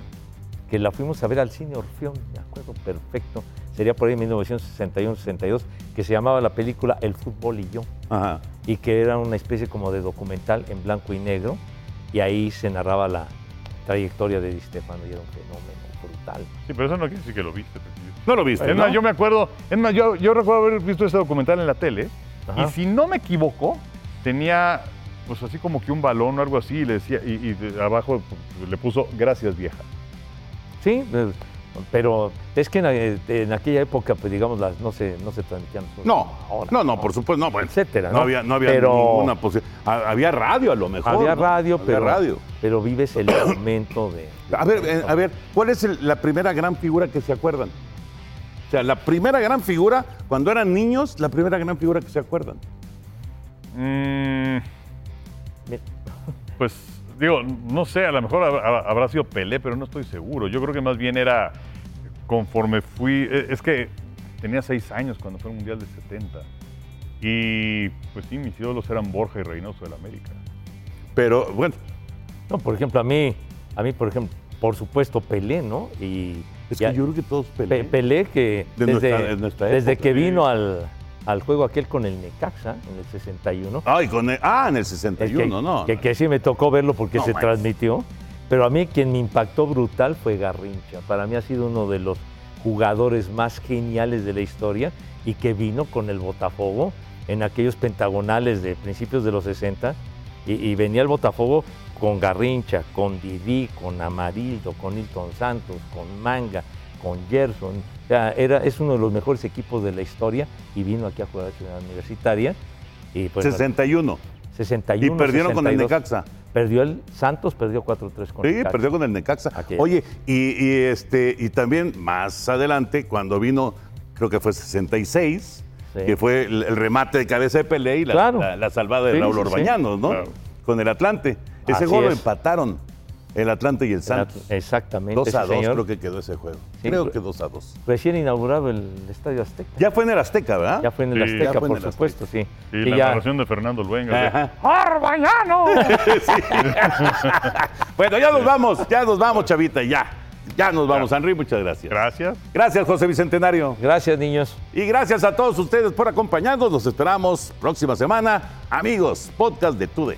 que la fuimos a ver al cine Orfeón, me acuerdo perfecto. Sería por ahí 1961-62, que se llamaba la película El fútbol y yo.
Ajá.
y que era una especie como de documental en blanco y negro, y ahí se narraba la trayectoria de Di Stefano, y era un fenómeno brutal.
Sí, pero eso no quiere decir que lo viste. Pepillo.
No lo viste,
Es más,
¿no?
yo me acuerdo, es más, yo, yo recuerdo haber visto ese documental en la tele,
Ajá.
y si no me equivoco, tenía pues así como que un balón o algo así, y le decía, y, y de- abajo pues, le puso gracias vieja.
Sí, eh, pero es que en, eh, en aquella época, pues digamos, las, no, se, no se transmitían. sus-
No,
ahora,
no, no, por supuesto, no, bueno.
Etcétera,
No
¿no?
había, no había
Pero-
ninguna posibilidad. Había radio a lo mejor.
Había
¿no?
radio,
Había
pero,
radio.
pero vives el momento de... de-
A ver, eh, a ver, ¿cuál es el- la primera gran figura que se acuerdan? O sea, la primera gran figura, cuando eran niños, la primera gran figura que se acuerdan.
Mm,
Mira,
Pues digo, no sé, a lo mejor hab- hab- habrá sido Pelé, pero no estoy seguro. Yo creo que más bien era conforme fui. e- Es que tenía seis años cuando fue el Mundial de 70. Y pues sí, mis ídolos eran Borja y Reynoso del América.
Pero, bueno,
No, por ejemplo, a mí, a mí, por ejemplo, por supuesto, Pelé, ¿no? Y
es
ya-
que yo creo que todos
Pe-
pelean.
Pelé que
De
desde,
nuestra- de nuestra
desde
época,
que
sí.
vino al, al juego aquel con el Necaxa en el 61.
Ay, con el- ah, en el
el
61,
que,
¿no?
que- que sí me tocó verlo porque
No
se
manches.
transmitió. Pero a mí quien me impactó brutal fue Garrincha. Para mí ha sido uno de los jugadores más geniales de la historia y que vino con el Botafogo en aquellos pentagonales de principios de los 60 y, y venía el Botafogo con Garrincha, con Didi, con Amarildo, con Hilton Santos, con Manga, con Gerson. O sea, era, es uno de los mejores equipos de la historia y vino aquí a jugar a Ciudad Universitaria. Y pues,
61.
61.
Y perdieron con el
62.
Necaxa.
Perdió el Santos, perdió 4-3 con
Sí,
Necaxa.
perdió con el Necaxa.
Aquí.
Oye, y, y, este, y también más adelante, cuando vino, creo que fue 66,
Sí.
que fue el, el remate de cabeza de Pelé y la,
Claro.
la- la salvada de
Sí,
Raúl
sí, sí.
Orbañanos, ¿no?
Claro.
Con el Atlante. Ese
Así
gol lo
es.
empataron el Atlante y el
Era-
Santos.
Exactamente.
2 a
sí,
2
señor.
creo que quedó ese juego.
Sí, pues.
creo
pero-
que 2 a 2.
Recién inaugurado el Estadio Azteca.
Ya fue en el Azteca, ¿verdad?
Ya fue en el
Sí,
Azteca,
ya fue en
por
el
supuesto, sí.
Y
Sí,
la
ya-
narración de Fernando Luenga. de,
Ajá. Bueno, ya nos vamos, ya nos vamos, chavita, ya. Ya nos vamos, Henry, muchas gracias.
Gracias.
Gracias, José Bicentenario.
Gracias, niños.
Y gracias a todos ustedes por acompañarnos. Los esperamos próxima semana. Amigos, podcast de TUDE.